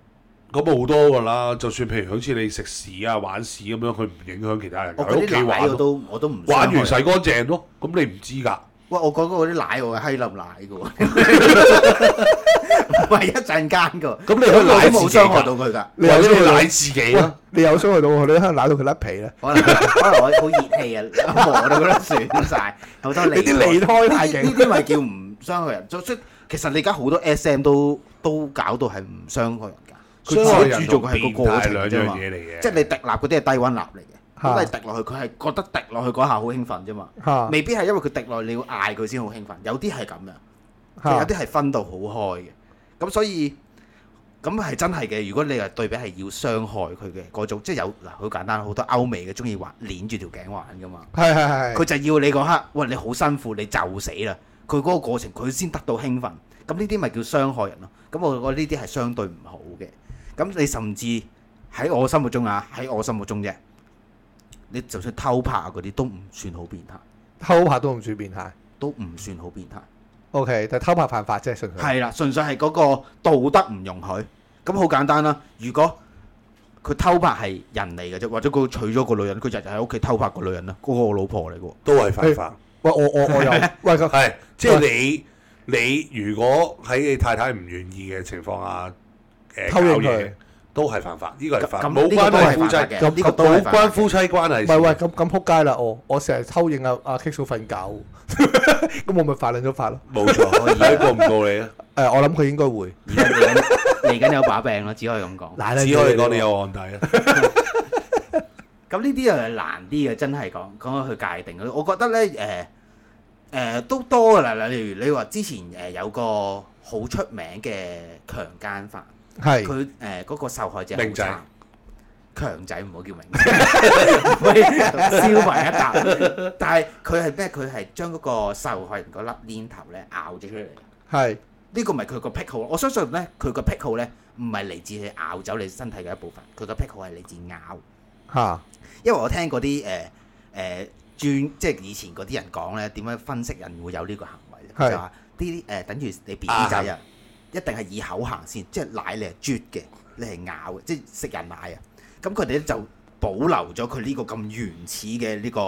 咁好多㗎啦。就算譬如好似你食屎啊、玩屎咁樣，佢唔影響其他人，我喺嗰屋企啲奶玩我咯，都我都唔想玩完去洗乾淨咯，咁你唔知㗎。喂，我講嗰啲奶我係閪冧奶嘅喎， 唔係一陣間嘅喎。咁你我可以奶都冇自己㗎傷害到佢㗎。你或有者你傷害到奶自己喂啦，，你有傷害到我，你可能揦到佢甩皮咧。可能可能我好熱氣啊，磨到佢都損晒，好多你脷啲離胎太勁呢啲咪叫唔傷害人。所以其實你而家好多 SM 都都搞到係唔傷害人㗎。佢傷害只人係注重同嘅變係個過態程兩啫樣嘛。嘢嚟嘅，即係你滴蠟嗰啲係低温蠟嚟嘅，嚇咁你滴落去佢係覺得滴落去嗰下好興奮啫嘛。嚇未必係因為佢滴落去你要嗌佢先好興奮，有啲係咁樣，嚇有啲係分到好開嘅。咁所以咁係真係嘅。如果你係對比係要傷害佢嘅嗰種，即係有嗱好簡單，好多歐美嘅中意玩攣住條頸玩噶嘛。係係係佢就要你嗰刻，喂你好辛苦，你就死啦。佢嗰個過程佢先得到興奮，咁呢啲咪叫傷害人咯。咁我覺得呢啲係相對唔好嘅。咁你甚至喺我心目中啊，喺我心目中啫，你就算偷拍嗰啲都唔算好變態，偷拍都唔算變態。都唔算好變態。 O K，但係偷拍犯法啫，純粹。係啦，純粹係嗰個道德唔容許。咁好簡單啦，如果佢偷拍係人嚟嘅啫，或者佢娶咗個女人，佢日日喺屋企偷拍個女人啦，嗰、個我老婆嚟嘅喎。都係犯法。喂，我我我又喂個係，即係你你如果喺你太太唔願意嘅情況下，誒偷影佢，搞嘢都係犯法，呢個係犯，咁冇呢個關都係係夫犯妻法，嘅，呢個都冇係犯法關嘅夫妻關係唔事。係喂，咁咁撲街啦！我我成日偷影阿阿 K 嫂瞓覺， 咁我咪犯撚咗法咯。冇 錯，睇過唔告你啊？誒，我諗佢應該會。而家嚟緊嚟緊有把柄咯，只可以咁講。奶只可以講你有案底啊！咁呢啲又係難啲嘅，真係講講去界定嘅。我覺得咧，誒、誒都多㗎啦。例如你話之前誒有個好出名嘅強姦犯，係佢誒嗰個受害者好明仔慘，強仔唔好叫明仔，喂燒埋一啖。但係佢係咩？佢係將嗰個受害人嗰粒鏈頭咧咬咗出嚟。係呢個咪佢個癖好咯。我相信咧，佢個癖好咧唔係嚟自你咬走你身體嘅一部分，佢個癖好係嚟自咬。嚇因為我聽嗰啲誒誒專即係以前嗰啲人講咧，點樣分析人會有呢個行為？係就話啲誒等於你 B B 仔啊，一定係以口行先，即係奶你係啜嘅，你係咬嘅，即係食人奶啊。咁佢哋咧就保留咗佢呢個咁原始嘅呢個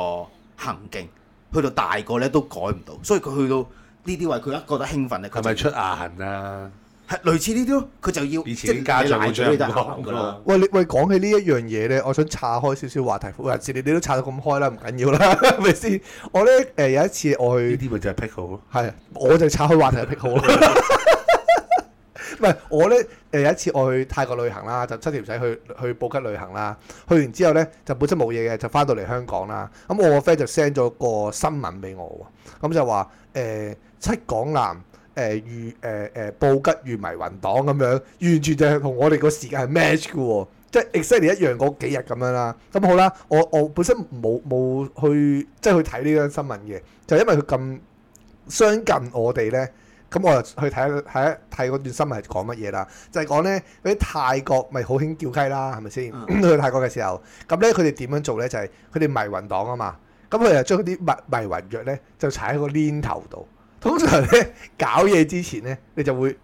行徑，去到大個咧都改唔到，所以佢去到呢啲位，佢一覺得興奮咧，佢係就咪出牙痕啊？係類似呢啲咯，佢就要以前啲家長會即將係你奶嘴你人就咬講㗎噶啦嘛。。喂，你喂講起呢一樣嘢咧，我想岔開少少話題。有時你哋都岔到咁開啦，唔緊要啦，係咪先？我咧誒有一次我去呢。啲咪就係癖好咯。係，啊我就岔開話題嘅癖好啦。唔係，我咧誒有一次我去泰國旅行啦，就七條仔去去布吉旅行啦。去完之後咧，就本身冇嘢嘅，就翻到嚟香港啦。咁我個 friend 就 send 咗個新聞俾我喎，咁就話誒、七港男誒遇誒誒布吉遇迷魂黨咁樣，完全就係同我哋個時間係 match 嘅喎。即係 exactly 一樣嗰幾日咁樣啦，咁好啦，我我本身冇冇去即係去睇呢張新聞嘅，就因為佢咁相近我哋咧，咁我就去睇一睇一睇嗰段新聞係講乜嘢啦，就係講咧嗰啲泰國咪好興叫雞啦，係咪先？嗯去泰國嘅時候，咁咧佢哋點樣做咧？就係佢哋迷魂黨啊嘛，咁佢就將啲迷迷魂藥咧就踩喺個鏈頭度。通常咧搞嘢之前咧，你就會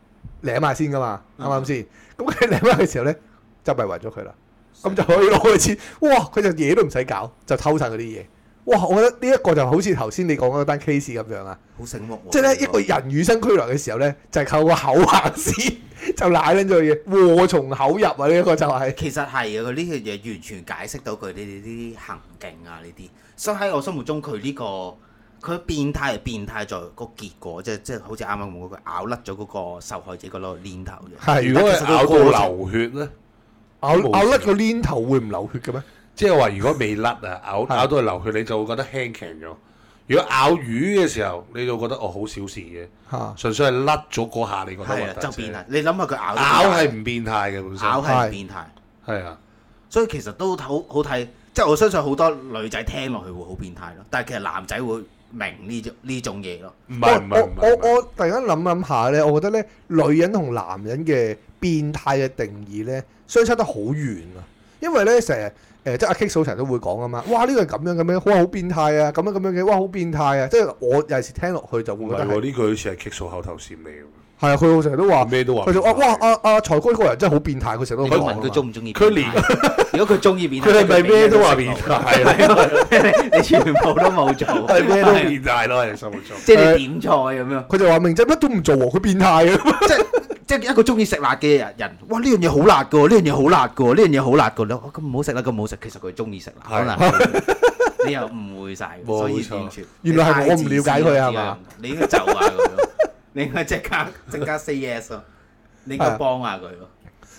舐下先噶嘛，啱唔啱先？咁佢舐下嘅時候咧，就迷暈咗佢啦。咁就可以攞佢錢。哇！佢就嘢都唔使搞，就偷晒佢啲嘢。哇！我覺得呢一個就好似頭先你講嗰單 case 咁樣啊，好醒目喎！即係咧一個人與生俱來嘅時候咧，就係、靠個口行先，就舐撚咗佢嘢，禍從口入啊！呢、一個就係、其實係嘅，佢呢樣嘢完全解釋到佢呢啲呢啲行徑啊，呢啲。所以喺我心目中，佢呢、個佢變態係變態在個結果，即係即係好似啱啱咁講，佢咬甩咗嗰個受害者嗰個鏈頭嘅。係如果但其實係佢啊咬過到程流血咧，咬咬甩個鏈頭會唔流血嘅咩？即係話如果未甩啊，咬係咬到佢流血，你就會覺得輕強咗。如果咬魚嘅時候，你就覺得哦好小事嘅，嚇、純粹係甩咗嗰下，你覺得係啊，核突就啫變態。你諗下佢咬咬咗係邊唔變態嘅本個咬身，係係唔變態，係啊，所以其實都好好睇。即係我相信好多女仔聽落去會好變態咯，但係其實男仔會明呢種呢種嘢咯。唔係唔係唔我係唔我係，我突然間諗諗下咧，我覺得咧，女人同男人嘅變態嘅定義咧，相差得好遠啊！因為咧，成日誒即係阿 K 嫂成日都會講啊嘛，哇呢個係咁樣咁樣，哇好變態啊，咁樣咁樣嘅，哇好變態啊！即係我有時聽落去就會唔覺係得係喎，呢句好似係棘數口頭禪嚟嘅係啊，佢好成日都話喎，，咩都話佢就話哇阿阿財哥呢個人真係好變態，佢成日你都會講啊問嘛佢中唔中意？佢連 如果佢中意變態，佢係咪佢咩都話俾變人識路態啊？ 你全部都冇 做，係咩都變態咯，喺心目中。即係你點菜咁樣，佢就話明仔乜都唔做喎，佢變態啊！ 即係即係一個中意食辣嘅人人，哇呢樣嘢好辣嘅喎，呢樣嘢好辣嘅喎，呢樣嘢好辣嘅喎，你話哦咁唔好食啦，咁唔好食，其實佢中意食辣，可能 你又誤會晒，冇所以錯完全原來係我唔了解佢係你太自私嘛啦？啊你應該就下佢咯，你應該即刻即刻 say yes 咯，你應該幫下佢咯，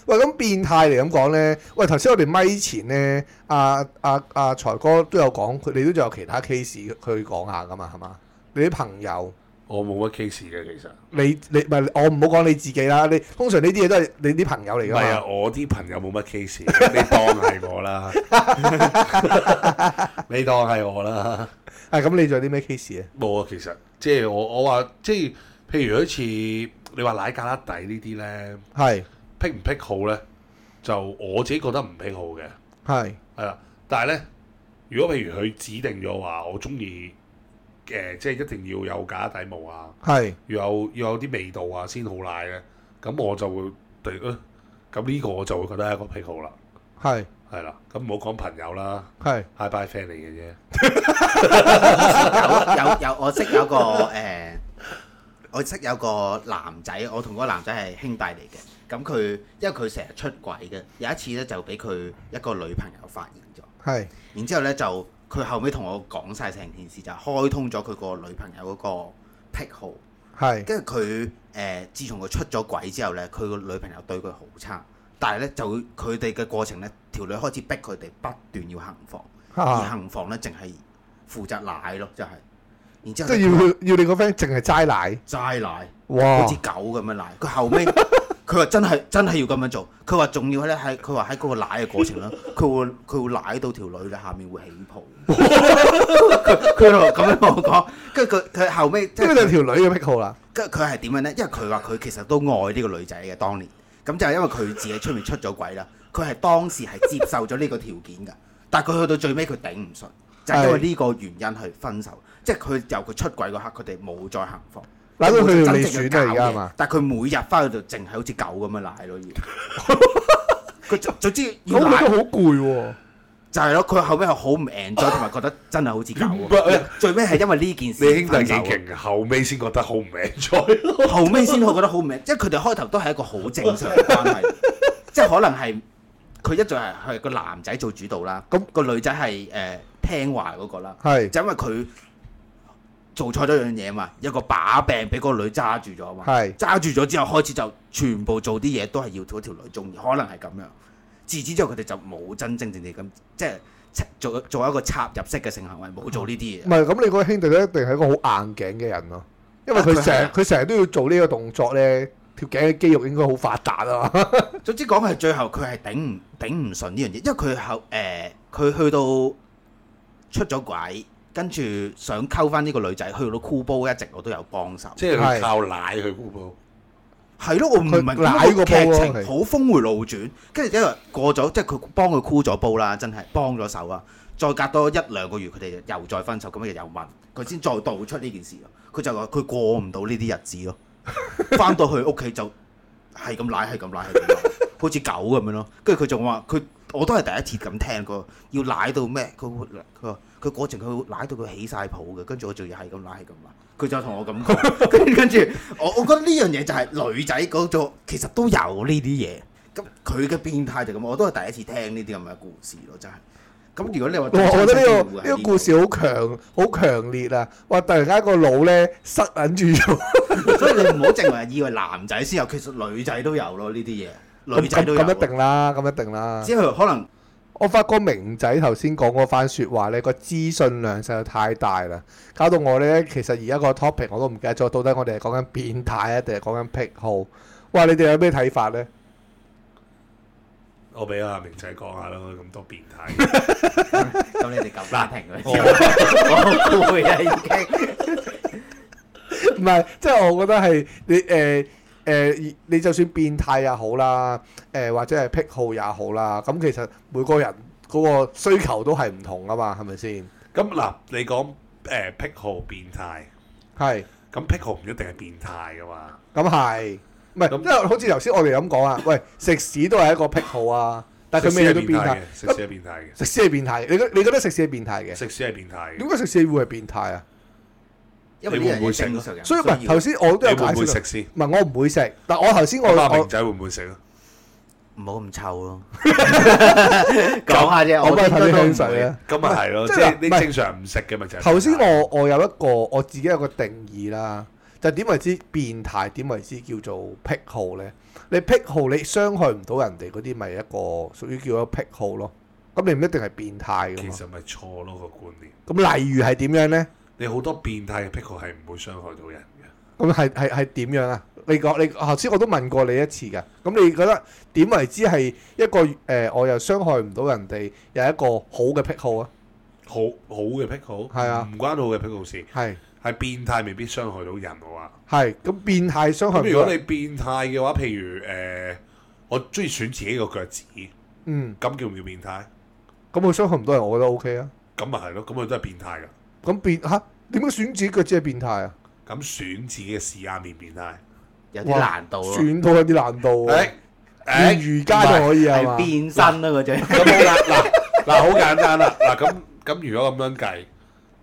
喂，咁變態嚟咁講咧，喂，頭先我哋咪前咧，阿阿阿財哥都有講，佢你都仲有其他 case 去講下噶嘛，係嘛？你啲朋友我冇乜 case 嘅其實。你你唔係我唔好講你自己啦，你通常呢啲嘢都係你啲朋友嚟㗎唔係嘛啊，。我啲朋友冇乜 case，你當係我 啦，你當係我啦。啊，咁你仲有啲咩 case 啊？冇啊，其實即係我我話即係，譬如好似你話奶咖甩底呢啲咧，係癖唔癖好咧，就我自己覺得唔癖好嘅，係係啦。但係咧，如果譬如佢指定咗話，我中意誒，即係一定要有假底毛啊，係要有要有啲味道啊先好奶咧，咁我就會對呃咁呢個我就會覺得係一個癖好啦，係係啦。咁唔好講朋友啦。係 high bye friend 嚟嘅啫。有有有，我識有個誒、呃我識有個男仔，我同嗰個男仔係兄弟嚟嘅。咁佢因為佢成日出軌嘅，有一次咧就俾佢一個女朋友發現咗，係然之後咧就佢後尾同我講晒成件事，就開通咗佢個女朋友嗰個癖好。係跟住佢誒，自從佢出咗軌之後咧，佢個女朋友對佢好差，但係咧就佢哋嘅過程咧，條女開始逼佢哋不斷要行房。而啊，行房咧，淨係負責奶咯，就係、然即之後係要哦要你個 friend 淨係齋奶，齋奶，哇好似！狗咁樣奶。佢後尾 佢話真係真係要咁樣做，佢話仲要咧喺佢話喺嗰個奶嘅過程啦， 佢會佢會奶到條女咧下面會起 泡。佢佢就咁樣同我講，跟住佢佢後尾即呢個係就係條女嘅癖好啦。跟住佢係點樣咧？因為佢話佢其實都愛呢個女仔嘅當年，咁就係因為佢自己出面出咗軌啦，佢係當時係接受咗呢個條件㗎，但係佢去到最尾佢頂唔順，就係、因為呢個原因去分手，即係佢由佢出軌嗰刻，佢哋冇再行房。嗱，咁佢條利真正選啦，而嘅搞家係嘢嘛？但係佢每日翻去就淨係好似狗咁樣奶咯，要 佢就總之要咁佢奶都好攰喎。就係咯，佢後尾係好唔 enjoy，同埋覺得真係好似狗喂啊。最尾係因為呢件事你兄弟分幾手啊勁，後尾先覺得好唔 enjoy。後尾先我覺得好唔明，即係佢哋開頭都係一個好正常嘅關係，即係可能係佢一早係係個男仔做主導啦，咁、咁個女仔係誒聽話嗰個啦，係就因為佢做錯咗樣嘢嘛，有個把柄俾個女揸住咗嘛，係揸住咗之後開始就全部做啲嘢都係要嗰條女中意，可能係咁樣。自此之後佢哋就冇真真正正咁即係做做一個插入式嘅性行為，冇做呢啲唔嘢。係咁？你個兄弟咧一定係一個好硬頸嘅人咯，因為佢成日啊佢成日都要做呢個動作咧，條頸嘅肌肉應該好發達啊 嘛。總之講係最後佢係頂唔頂唔順呢樣嘢，因為佢後誒佢去到出咗軌，跟住想溝翻呢個女仔，去到箍煲一直我都有幫手。即係佢靠奶去箍煲。係咯，我唔明佢咁舐個嗰煲個劇咯情係好峰回路轉，跟住因為過咗，即係佢幫佢箍咗煲啦，真係幫咗手啊！再隔多一兩個月，佢哋又再分手，咁樣又問佢先再道出呢件事咯。佢就話佢過唔到呢啲日子 咯，翻到去屋企就係咁奶，係咁奶，係咁奶，好似狗咁樣咯。跟住佢仲話佢我都係第一次咁聽過，要奶到咩？佢會佢話佢過程佢會奶到佢起晒泡嘅，跟住我仲要係咁奶，係咁奶。佢就同我咁 講，跟住跟住我，我覺得呢樣嘢就係女仔嗰種其實都有呢啲嘢。咁佢嘅變態就咁，我都係第一次聽呢啲咁嘅故事咯，真係。咁如果你話我我覺得呢個真正會係啊呢個故事好強好強烈啊！哇！突然間個腦咧塞緊住咗，度， 所以你唔好淨係以為男仔先有，其實女仔都有咯呢啲嘢，咁女仔咁都有。咁一定啊啦，咁一定啦。只係可能我發覺明仔頭先講嗰番説話咧，個資訊量實在太大啦，搞到我咧其實而家個 topic 我都唔記得咗，到底我哋係講緊變態啊，定係講緊癖好？哇！你哋有咩睇法咧？我俾阿明仔講下啦，咁多變 態。咁你哋夠家庭嘅， 我哦好攰啊已經。唔係，即係我覺得係你誒誒，你就算變態也好啦，誒、或者係癖好也好啦，咁其實每個人嗰個需求都係唔同噶嘛，係咪先？咁嗱，你講誒癖好變態，係，咁癖好唔一定係變態噶嘛？咁係，唔係，咁因為好似頭先我哋咁講啊，喂，食屎都係一個癖好啊，但係佢未去到變態嘅，，食屎係變 態食屎係變態嘅，你覺你覺得食屎係變態嘅，嘅？食屎係變態點嘅。解食屎會係變態啊？因為呢樣嘢正常人所以唔係需要頭先我都有你解會唔會釋食到，先？唔係我唔會食，但我頭先我咁阿明我仔會唔會食啊？唔好咁 臭咯，講下啫，我我幫你應噴啲該都唔香水會啊。咁啊係咯，即即係係你唔係正常唔食嘅咪就係變態。頭先我我有一個我自己有個定義啦，就點為之變態，點為之叫做癖好呢？你癖好你傷害唔到人哋嗰啲，咪一個屬於叫做癖好咯。咁你唔一定係變態噶其啊嘛。實咪錯咯個觀念。咁例如係點樣呢？你好多變態嘅癖好係唔會傷害到人嘅。咁係係係點樣啊？你講你頭先我都問過你一次㗎，咁你覺得點為之係一個誒、呃我又傷害唔到人哋，又係一個好嘅癖好啊？好好嘅癖好，係啊唔關好嘅癖好事，係係變態未必傷害到人我話。係咁變態傷害唔咁如到果你人，變態嘅話，譬如誒、呃我中意選自己個腳趾，嗯，咁叫唔叫變態？咁佢傷害唔到人，我覺得 O K 啊。咁咪係咯，咁佢都係變態㗎。咁變嚇點解選自己腳趾係變態啊？咁選自己嘅屎眼變唔變態？有哇啲難度咯，選到有啲難度喎，誒練誒，哦瑜伽就可以啊係係嘛？變身咯嗰只。咁好啦，嗱嗱好簡單啦，嗱咁咁如果咁樣計，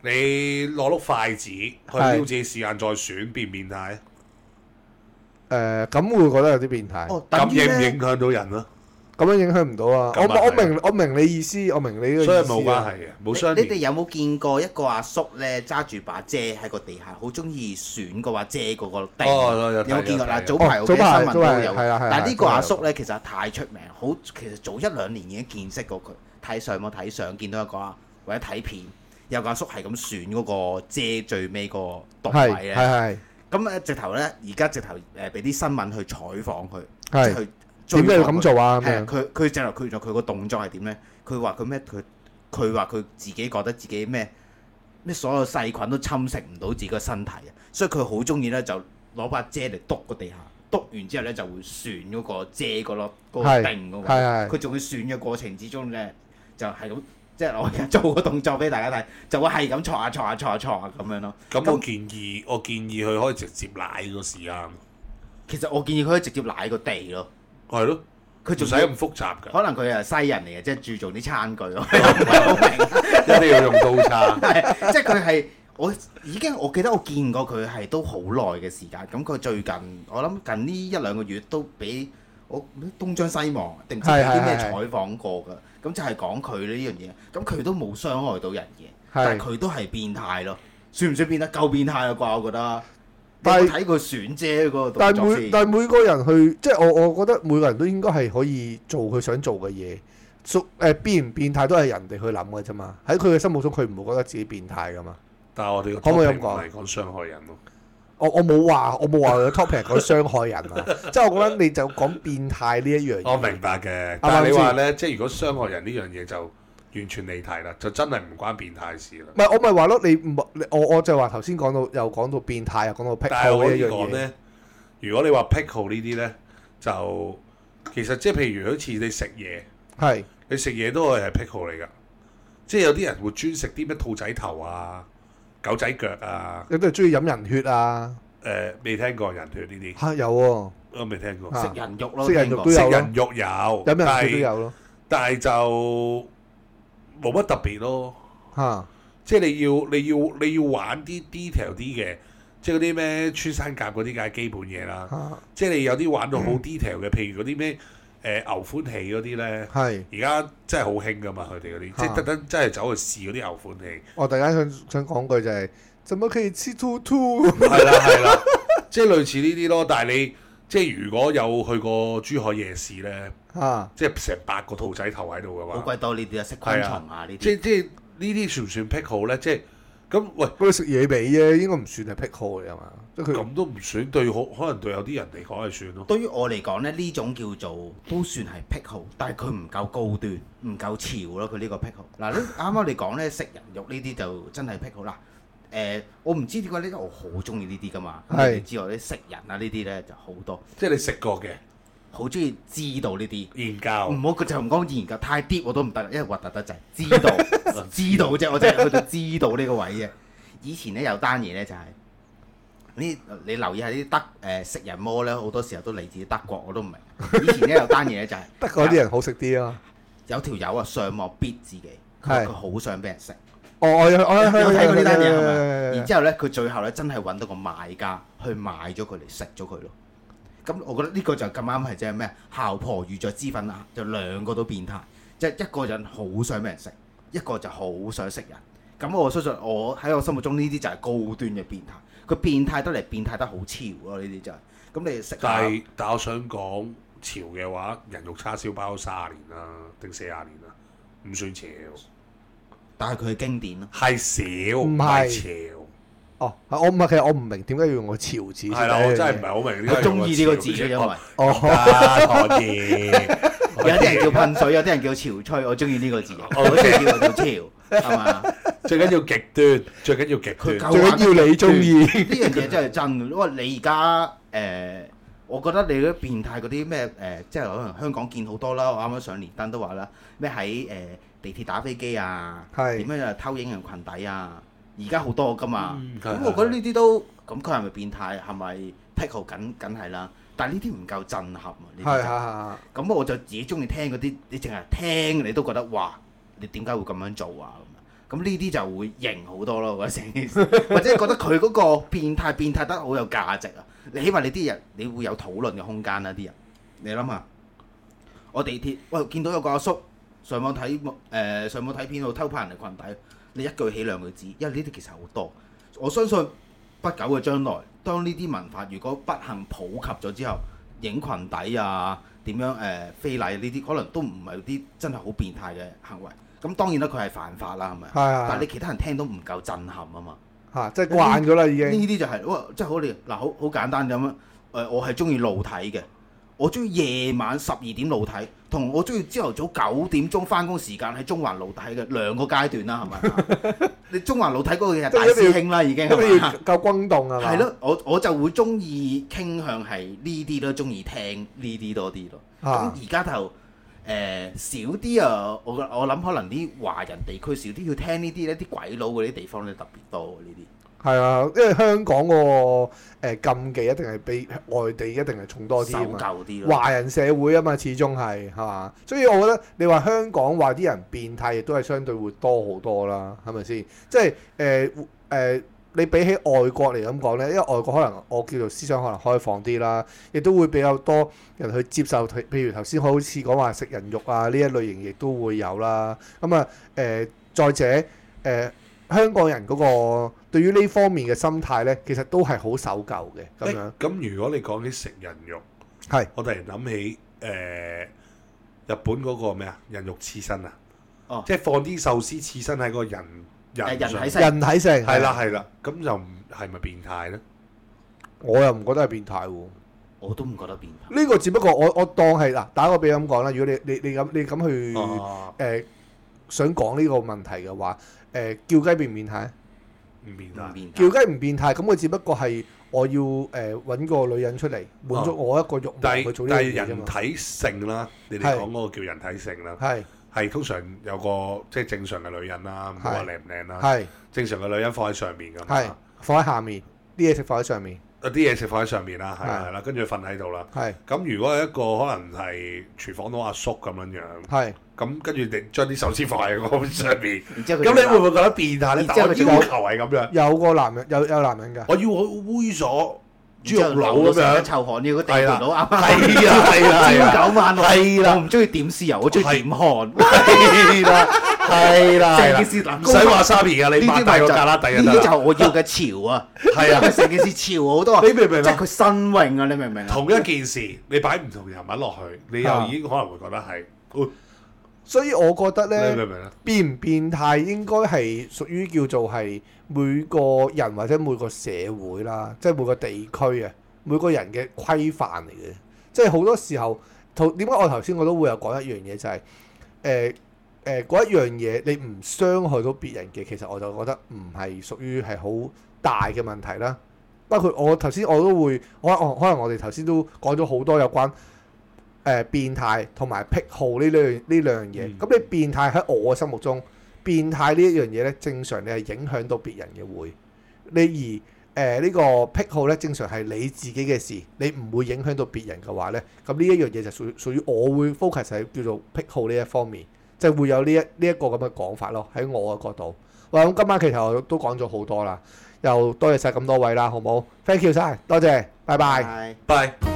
你攞碌筷子去撩自己屎眼再選變唔變態？誒咁會覺得有啲變態。哦，咁等於影唔咧影響到人啊？咁樣影響唔到啊！咁我啊係我明我明你意思，我明你嘅意思所以啊。冇關係嘅，冇相你你哋連。有冇見過一個阿叔咧揸住把遮喺個地下，好中意選嗰把遮嗰個頂？哦有有睇有冇見過有睇嗱？早排哦我記得早排新聞都早有，排係啊係啊但係呢個阿叔咧其實太出名，好其實早一兩年已經見識過佢，睇上網睇相見到一個啊，或者睇片有個阿叔係咁選嗰個遮最尾個洞係位咧，係咁誒直頭咧而家直頭誒俾啲新聞去採訪佢，係即係去追係點解要訪佢咁做啊？咁係啊，樣佢佢就佢就佢個動作係點咧？佢話佢咩？佢佢話佢自己覺得自己咩咩所有細菌都侵蝕唔到自己個身體啊，所以佢好中意咧就攞把遮嚟篤個地下，篤完之後咧就會旋嗰個遮嗰粒嗰個係定嗰個係係位，佢仲要旋嘅過程之中咧就係咁，即係我而家做個動作俾大家睇，就會係咁戳下戳下戳下戳下咁樣咯。咁我建議，我建議佢可以直接舐個啊屎眼，其實我建議佢可以直接舐個地咯，係咯，佢唔仲使使咁複雜 㗎， 可能佢係西人嚟嘅，即係注重啲餐具咯，我唔係好明。一定要用刀叉。係即係佢係我已經我記得我見過佢係都好耐嘅時間。咁佢最近我諗近呢一兩個月都俾我東張西望，定唔知係係俾啲咩係採訪過㗎。咁就係講佢呢樣嘢，咁佢都冇傷害到人嘅，係但係佢啊都係變態咯。算唔算變得夠變態啦啩？我覺得。你但係有冇睇佢選啫嗰個動但係作每先，但係每個人去，即係我我覺得每個人都應該係可以做佢想做嘅嘢。屬誒變唔變態都係人哋去諗嘅啫嘛。喺佢嘅心目中，佢唔會覺得自己變態噶嘛。但係我哋可個唔可以咁 topic 講唔係講傷害人咯，我我冇話我冇話佢 topic 係講傷害人啊， 即係我覺得你就講變態呢一樣嘢。我明白嘅。啱但啱係你先話咧，即係如果傷害人呢樣嘢就完全離題啦，就真係唔關變態事啦唔。係我咪話咯，你唔你我我就話頭先講到又講到變態，又講到癖但係好我呢可一以樣講嘢。咧，如果你話癖好呢啲咧，就其實即係譬如好似你食嘢，係你食嘢都係係癖好嚟㗎。即係有啲人會專食啲咩兔仔頭啊、狗仔腳啊，有啲人中意飲人血 啊，誒、未聽過人血呢啲，嚇有喎，我未聽過。啊食人肉咯，食人肉都有聽講咯食人肉有，飲但人血都係有咯，但係就冇乜特別咯。嚇即係你要你要你要玩啲 detail 啲嘅，即係嗰啲咩穿山甲嗰啲梗係基本嘢啦。嚇即係你有啲玩到好嗯 detail 嘅，譬如嗰啲咩誒牛歡喜嗰啲咧，係。而家真係好興噶嘛，佢哋嗰啲，即係特登真係走去試嗰啲牛歡喜，我突然間想想講句就係、怎麼可以黐兔兔？ 係啦係啦，即係類似呢啲咯。但係你即係如果有去過珠海夜市咧，啊，即係成百個兔仔頭喺度噶好嘛，鬼多呢啲啊，食昆蟲啊呢即啲，係即係呢啲算唔算癖好咧？即係咁喂，佢食野味啫，應該唔算係癖好嚟啊嘛。即係佢咁都唔算對好，可能對有啲人嚟講係算咯。對於我嚟講咧，呢種叫做都算係癖好，但係佢唔夠高端，唔夠潮咯。佢呢個癖好嗱，呢啱啱你講咧食人肉呢啲就真係癖好啦。誒、我唔知點解呢，我好中意呢啲噶嘛。係你知我啲食人啊呢啲咧就好多，即係你食過嘅好中意知道呢啲。研究唔。好佢就唔講研究太 deep 我都唔得啦，因為核突得滯。知道知道啫，我真係去到知道呢個位啫。以前咧有單嘢咧就係、呢，你留意下啲德誒、呃食人魔咧，好多時候都嚟自德國，我都唔明。以前咧有單嘢咧就係、得嗰啲人好食啲 啊嘛。有條友啊上網逼自己，佢係話佢好想俾人食。哦，我有我有有睇過呢單嘢係咪？然咪？之後咧，佢最後咧真係揾到個買家去買咗佢嚟食咗佢咯。咁我覺得呢個就咁啱係即係咩？姣婆遇著脂粉啊，就兩個都變態，即係一個人好想俾人食，一個就好想食人。咁我相信我喺我心目中呢啲就係高端嘅變態，佢變態得嚟變態得好潮咯，呢啲就係、咁你食但下係但係我想講潮嘅話，人肉叉燒包三十年啦，定四十年啦，唔算潮，但係佢係經典咯。係少唔係唔係潮。哦，我唔係，其實我唔明點解要用個潮字先。係啦，我真係唔係好明。佢中意呢個字嘅，因為嘅，哦，可以。 有啲人叫噴水，有啲人叫潮吹，我中意呢個字，我中意叫做潮，係嘛？最緊要極端，最緊要極佢夠端。最緊要你中意。呢樣嘢真係真嘅，因為你而家誒，我覺得你嗰啲變態嗰啲咩誒，即係可能香港見好多啦。我啱啱上連登都話啦，咩喺誒地鐵打飛機啊，係點樣就偷影人裙底啊，而家好多噶嘛。嗯咁係我覺得呢啲都咁，佢係咪變態？係咪癖好？緊緊係啦。但係呢啲唔夠震撼啊！呢啲係係就係。咁我就自己中意聽嗰啲，你淨係聽你都覺得哇，你點解會咁樣做啊？咁樣咁呢啲就會型好多咯，我覺得成件事，或者覺得佢嗰個變態變態得好有價值啊！你起碼你啲人，你會有討論嘅空間啦，啲人，你諗下，我地鐵喂見到有個阿叔上網睇誒、呃上網睇片度偷拍人哋裙底，你一句起兩句止，因為呢啲其實好多，我相信不久嘅將來，當呢啲文化如果不幸普及咗之後，影裙底啊，點樣誒、呃、非禮呢啲，可能都唔係啲真係好變態嘅行為。咁當然啦，佢係犯法啦，係咪？係啊但係你其他人聽都唔夠震撼啊嘛。嚇，即係慣咗啦已經。呢啲就係、哇，真係好你嗱，好好簡單咁樣。誒、我係中意露體嘅，我中意夜晚十二點露體，同我中意朝頭早九點鐘翻工時間喺中環露體嘅兩個階段啦，係咪？啊你中環露體嗰個係大師兄啦，已經因為係要嘛？夠轟動係嘛？係，咯，我我就會中意傾向係呢啲咯，中意聽呢啲多啲咯。咁啊而家就誒、少啲啊！我覺我諗可能啲華人地區少啲要聽呢啲咧，啲鬼佬嗰啲地方咧特別多呢啲。係啊，因為香港個誒禁忌一定係比外地一定係重多啲啊守嘛。舊啲咯。華人社會啊嘛，始終係係嘛，所以我覺得你話香港話啲人變態，亦都係相對會多好多啦，係咪先？即係誒誒，你比起外國嚟咁講咧，因為外國可能我叫做思想可能開放啲啦，亦都會比較多人去接受，譬譬如頭先好似講話食人肉啊呢一類型，亦都會有啦。咁啊誒，再者誒、呃香港人嗰、個對於呢方面嘅心態咧，其實都係好守舊嘅咁樣誒，咁如果你講起食人肉，係我突然諗起誒日本嗰個咩啊人肉刺身啊，哦即係放啲壽司刺身喺個人誒人人上體性人體性係啦，係啦，咁就唔係咪變態咧？我又唔覺得係變態喎。我都唔覺得變態。呢個只不過我我當係嗱，打個比咁講啦。如果你你你咁你咁去誒、哦，想講呢個問題嘅話，誒、叫雞變唔變態？唔變唔態，變叫態。雞唔變態，咁佢只不過係我要誒揾、個女人出嚟滿足我一個慾啊但望去係做呢但樣嘢係啫人嘛。體性啦，你哋係講嗰個叫人體性啦，係係通常有個即係正常嘅女人啦，唔好話係靚唔靚啦，係正常嘅女人放喺上面㗎係嘛，放喺下面，啲嘢食放喺上面，有啲嘢食放喺上面啦，係係啊啦係啦，跟住瞓喺度啦。係咁如果係一個可能係廚房佬阿叔咁樣樣，係咁跟住你將啲手指放喺我上 面，然之後佢就咁你會唔會覺得變態咧？然但之後我佢要就求係咁樣，有個男人有有男人㗎，我要好猥瑣然豬之後肉佬咁成一樣，臭汗，你個地係啦盤佬啱啱係啊 係啊係啊！朝九晚六。係啦我唔中意點豉油，我中意點汗。係啦，係啦，係成啦件事嗱唔使話沙皮啊，你呢擘啲大咪個就格拉底就呢得啲就啦。係我要嘅潮啊！係啊因為 成件事潮好多啊。你明唔明即係啊？佢新穎啊！你明唔明啊？同一件事，你擺唔同人物落去，你又已經可能會覺得係，哦所以我覺得你咧明唔明啊？變唔變態應該係屬於叫做係每個人或者每個社會啦，即係每個地區啊，每個人嘅規範嚟嘅。即係好多時候，頭點解我頭先我都會有講一樣嘢，就係誒誒嗰一樣嘢你唔傷害到別人嘅，其實我就覺得唔係屬於係好大嘅問題啦。包括我頭先我都會，我我可能我哋頭先都講咗好多有關誒、呃、變態同埋癖好呢兩呢兩樣嘢。嗯咁、你變態喺我嘅心目中，變態呢一樣嘢咧，正常你係影響到別人嘅會，你而呃誒呢、個癖好咧，正常係你自己嘅事，你唔會影響到別人嘅話咧，咁呢一樣嘢就屬於屬於我會 focus 喺叫做癖好呢一方面，即係會有呢一呢一、個咁嘅講法咯，喺我嘅角度。喂，咁今晚其實我都講咗好多啦。又多謝晒咁多位啦，好冇？Thank you 晒，多謝，拜拜。係。拜。